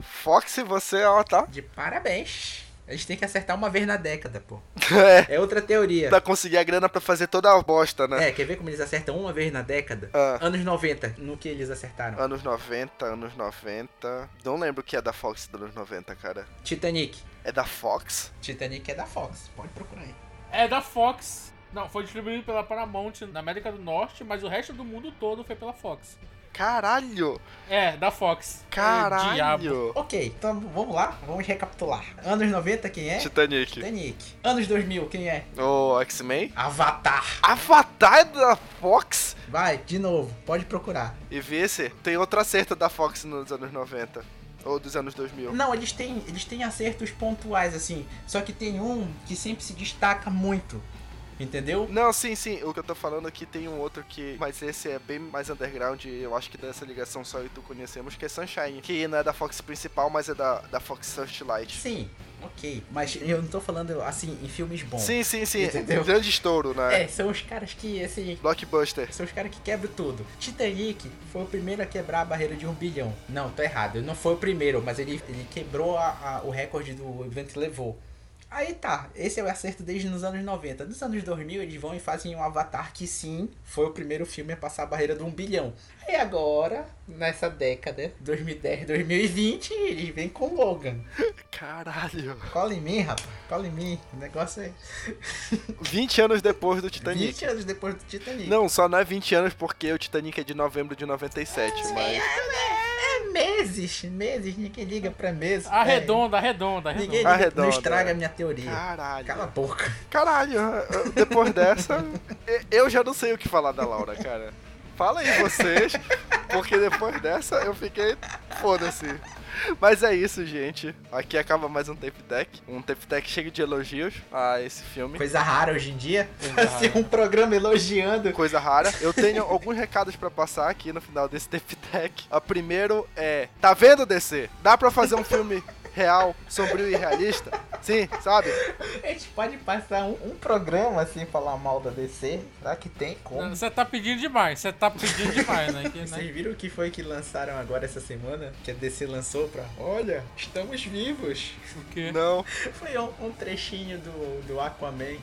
[SPEAKER 3] Fox, você, ó, tá?
[SPEAKER 5] De parabéns. A gente tem que acertar uma vez na década, pô.
[SPEAKER 3] É.
[SPEAKER 5] É outra teoria.
[SPEAKER 3] Pra conseguir a grana pra fazer toda a bosta, né?
[SPEAKER 5] É, quer ver como eles acertam uma vez na década?
[SPEAKER 4] É.
[SPEAKER 3] Ah.
[SPEAKER 5] Anos 90, no que eles acertaram?
[SPEAKER 3] Anos 90, anos 90. Não lembro o que é da Fox dos anos 90, cara.
[SPEAKER 5] Titanic.
[SPEAKER 3] É da Fox?
[SPEAKER 5] Titanic é da Fox, pode procurar aí.
[SPEAKER 4] É da Fox. Não, foi distribuído pela Paramount na América do Norte, mas o resto do mundo todo foi pela Fox.
[SPEAKER 3] Caralho!
[SPEAKER 4] É, da Fox. É, diabo.
[SPEAKER 3] Caralho!
[SPEAKER 5] Ok, então vamos lá, vamos recapitular. Anos 90, quem é?
[SPEAKER 3] Titanic.
[SPEAKER 5] Titanic. Anos 2000, quem é?
[SPEAKER 3] O X-Men?
[SPEAKER 5] Avatar.
[SPEAKER 3] Avatar é da Fox?
[SPEAKER 5] Vai, de novo, pode procurar.
[SPEAKER 3] E vê se tem outra acerta da Fox nos anos 90. Ou dos anos 2000.
[SPEAKER 5] Não, eles têm, eles têm acertos pontuais, assim. Só que tem um que sempre se destaca muito. Entendeu?
[SPEAKER 3] Não, sim, sim. O que eu tô falando aqui tem um outro que. Mas esse é bem mais underground. e Eu acho que dessa ligação só eu e tu conhecemos, que é Sunshine. Que não é da Fox principal, mas é da, da Fox Searchlight.
[SPEAKER 5] Sim, ok. Mas eu não tô falando, assim, em filmes bons.
[SPEAKER 3] Sim, sim, sim.
[SPEAKER 5] Entendeu?
[SPEAKER 3] Grande estouro, né?
[SPEAKER 5] É, são os caras que, assim,
[SPEAKER 3] Blockbuster.
[SPEAKER 5] São os caras que quebram tudo. Titanic foi o primeiro a quebrar a barreira de um bilhão. Não, tô errado. Ele não foi o primeiro, mas ele, ele quebrou a- a- o recorde do evento que levou. Aí tá, esse é o acerto desde nos anos 90. Nos anos 2000 eles vão e fazem um Avatar que sim, foi o primeiro filme a passar a barreira do um bilhão. Aí agora, nessa década, 2010, 2020, eles vêm com Logan.
[SPEAKER 3] Caralho.
[SPEAKER 5] Cola em mim, rapaz. Cola em mim. O negócio é
[SPEAKER 3] 20 anos depois do Titanic.
[SPEAKER 5] 20 anos depois do Titanic.
[SPEAKER 3] Não, só não é 20 anos porque o Titanic é de novembro de 97, mas.
[SPEAKER 5] É meses, meses, ninguém liga pra meses.
[SPEAKER 4] Arredonda, arredonda, arredonda.
[SPEAKER 5] É, ninguém liga, não
[SPEAKER 3] Arredonda,
[SPEAKER 5] estraga
[SPEAKER 3] é.
[SPEAKER 5] a minha teoria. Cala a
[SPEAKER 3] Caralho.
[SPEAKER 5] boca.
[SPEAKER 3] Caralho, eu- depois dessa, e- eu já não sei o que falar da Laura, cara. Fala aí vocês, porque depois dessa eu fiquei. Foda-se. Mas é isso, gente. Aqui acaba mais um Tape Deck. Um Tape Deck cheio de elogios a esse filme.
[SPEAKER 5] Coisa rara hoje em dia, fazer um programa elogiando.
[SPEAKER 3] Coisa rara. Eu tenho alguns recados pra passar aqui no final desse Tape Deck. A primeiro é: Tá vendo, DC? Dá pra fazer um filme real, sombrio e realista? Sim, sabe?
[SPEAKER 5] A gente pode passar um, um programa assim, falar mal da DC. Será que tem como?
[SPEAKER 4] Não, Você tá pedindo demais, você tá pedindo demais, né? Que, né?
[SPEAKER 5] Vocês viram o que foi que lançaram agora essa semana? Que a DC lançou pra. Olha, estamos vivos!
[SPEAKER 4] Porque...
[SPEAKER 3] Não.
[SPEAKER 5] Foi um, um trechinho do, do Aquaman.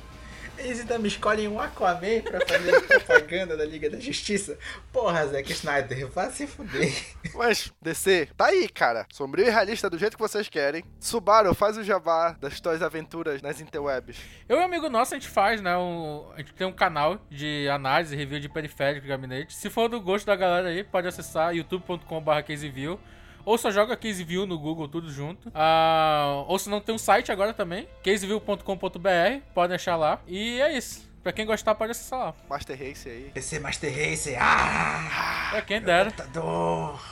[SPEAKER 5] Eles ainda me escolhem um Aquaman pra fazer propaganda da Liga da Justiça. Porra, Zack Snyder, vá se fuder.
[SPEAKER 3] Mas, DC, tá aí, cara. Sombrio e realista do jeito que vocês querem. Subaru, faz o jabá das tuas aventuras nas interwebs.
[SPEAKER 4] Eu e um amigo nosso, a gente faz, né? Um, a gente tem um canal de análise e review de periférico e gabinete. Se for do gosto da galera aí, pode acessar youtube.com.br caseview. Ou só joga caseview no Google, tudo junto. Ah, ou se não, tem um site agora também, caseview.com.br. Pode achar lá. E é isso. Pra quem gostar, pode acessar lá.
[SPEAKER 3] Master Race aí.
[SPEAKER 5] PC Master Race, ah!
[SPEAKER 4] Pra quem dera.
[SPEAKER 5] Computador!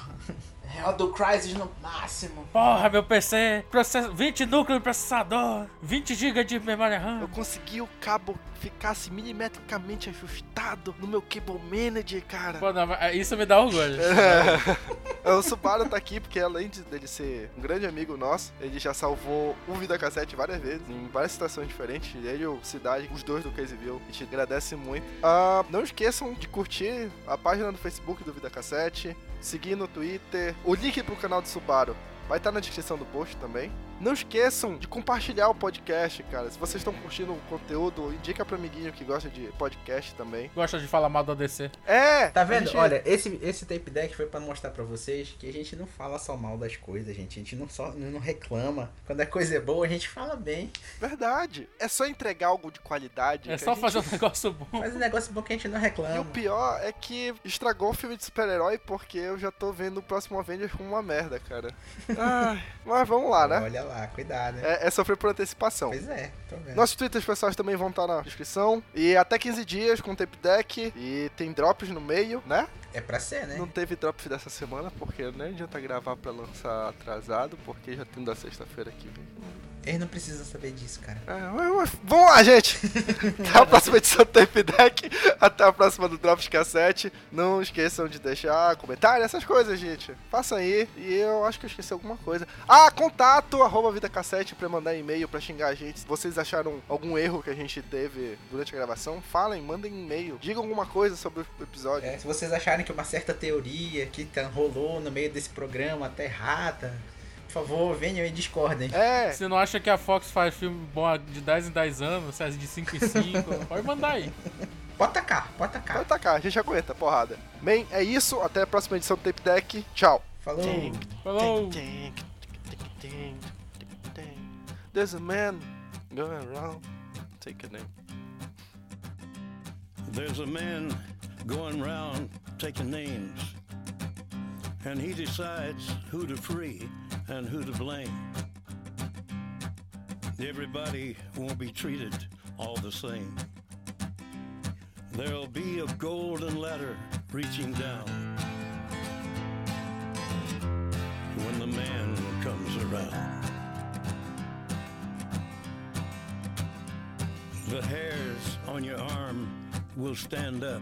[SPEAKER 5] Real do Crysis no máximo.
[SPEAKER 4] Porra, meu PC, processo, 20 núcleos de processador, 20 GB de memória RAM.
[SPEAKER 3] Eu consegui o cabo ficasse milimetricamente ajustado no meu cable manager, cara.
[SPEAKER 4] Pô, não, mas isso me dá orgulho.
[SPEAKER 3] o Subaru tá aqui porque, além de, dele ser um grande amigo nosso, ele já salvou o Vida Cassete várias vezes, em várias situações diferentes. Ele e o Cidade, os dois do Caseville. A gente agradece muito. Ah, não esqueçam de curtir a página no Facebook do Vida Cassete, seguir no Twitter, o link pro canal do Subaru. Vai estar na descrição do post também. Não esqueçam de compartilhar o podcast, cara. Se vocês estão curtindo o conteúdo, indica pro amiguinho que gosta de podcast também.
[SPEAKER 4] Gosta de falar mal do ADC.
[SPEAKER 3] É!
[SPEAKER 5] Tá
[SPEAKER 3] a
[SPEAKER 5] vendo?
[SPEAKER 3] gente-
[SPEAKER 5] Olha, esse, esse tape deck foi pra mostrar pra vocês que a gente não fala só mal das coisas, gente. A gente não só não reclama. Quando a coisa é boa, a gente fala bem.
[SPEAKER 3] Verdade. É só entregar algo de qualidade.
[SPEAKER 4] É
[SPEAKER 3] que
[SPEAKER 4] só
[SPEAKER 3] a gente
[SPEAKER 4] fazer um negócio bom.
[SPEAKER 5] Faz um negócio bom que a gente não
[SPEAKER 3] E o
[SPEAKER 5] reclama.
[SPEAKER 3] pior é que estragou o filme de super-herói porque eu já tô vendo o próximo Avengers como uma merda, cara. Ai, mas vamos lá, né?
[SPEAKER 5] Olha lá, cuidado, né?
[SPEAKER 3] É, é sofrer por antecipação.
[SPEAKER 5] Pois é, tô vendo.
[SPEAKER 3] Nossos twitters pessoais também vão estar na descrição. E até 15 dias com tape deck. E tem drops no meio, né?
[SPEAKER 5] É pra ser, né?
[SPEAKER 3] Não teve drops dessa né, tá semana, porque nem adianta gravar pra lançar atrasado, porque já tem da sexta-feira que vem.
[SPEAKER 5] Eles não precisam saber disso, cara.
[SPEAKER 3] É, ué, ué. Vamos lá, gente! Até a próxima edição do Tape Deck. Até a próxima do Drops Cassete. Não esqueçam de deixar comentário, essas coisas, gente. Façam aí. E eu acho que eu esqueci alguma coisa. Ah, contato, arroba Vida Cassete, pra mandar e-mail, pra xingar a gente. Se vocês acharam algum erro que a gente teve durante a gravação, falem, mandem e-mail. Digam alguma coisa sobre o episódio.
[SPEAKER 5] É, se vocês acharem que uma certa teoria que tá- rolou no meio desse programa tá errada, por favor, venham e discordem.
[SPEAKER 3] É,
[SPEAKER 4] Você não acha que a Fox faz filme bom de 10 em 10 anos, séries de 5 em 5? Pode mandar aí.
[SPEAKER 5] Pode tacar,
[SPEAKER 3] pode
[SPEAKER 5] pode tacar.
[SPEAKER 3] tacar, a gente aguenta, porrada. Bem, é isso. Até a próxima edição do Tape Deck. Tchau.
[SPEAKER 5] Falou.
[SPEAKER 4] Falou!
[SPEAKER 3] There's a man going around taking a name.
[SPEAKER 2] There's a man going round taking names, and he decides who to free and who to blame. Everybody won't be treated all the same. There'll be a golden ladder reaching down when the man comes around. The hairs on your arm will stand up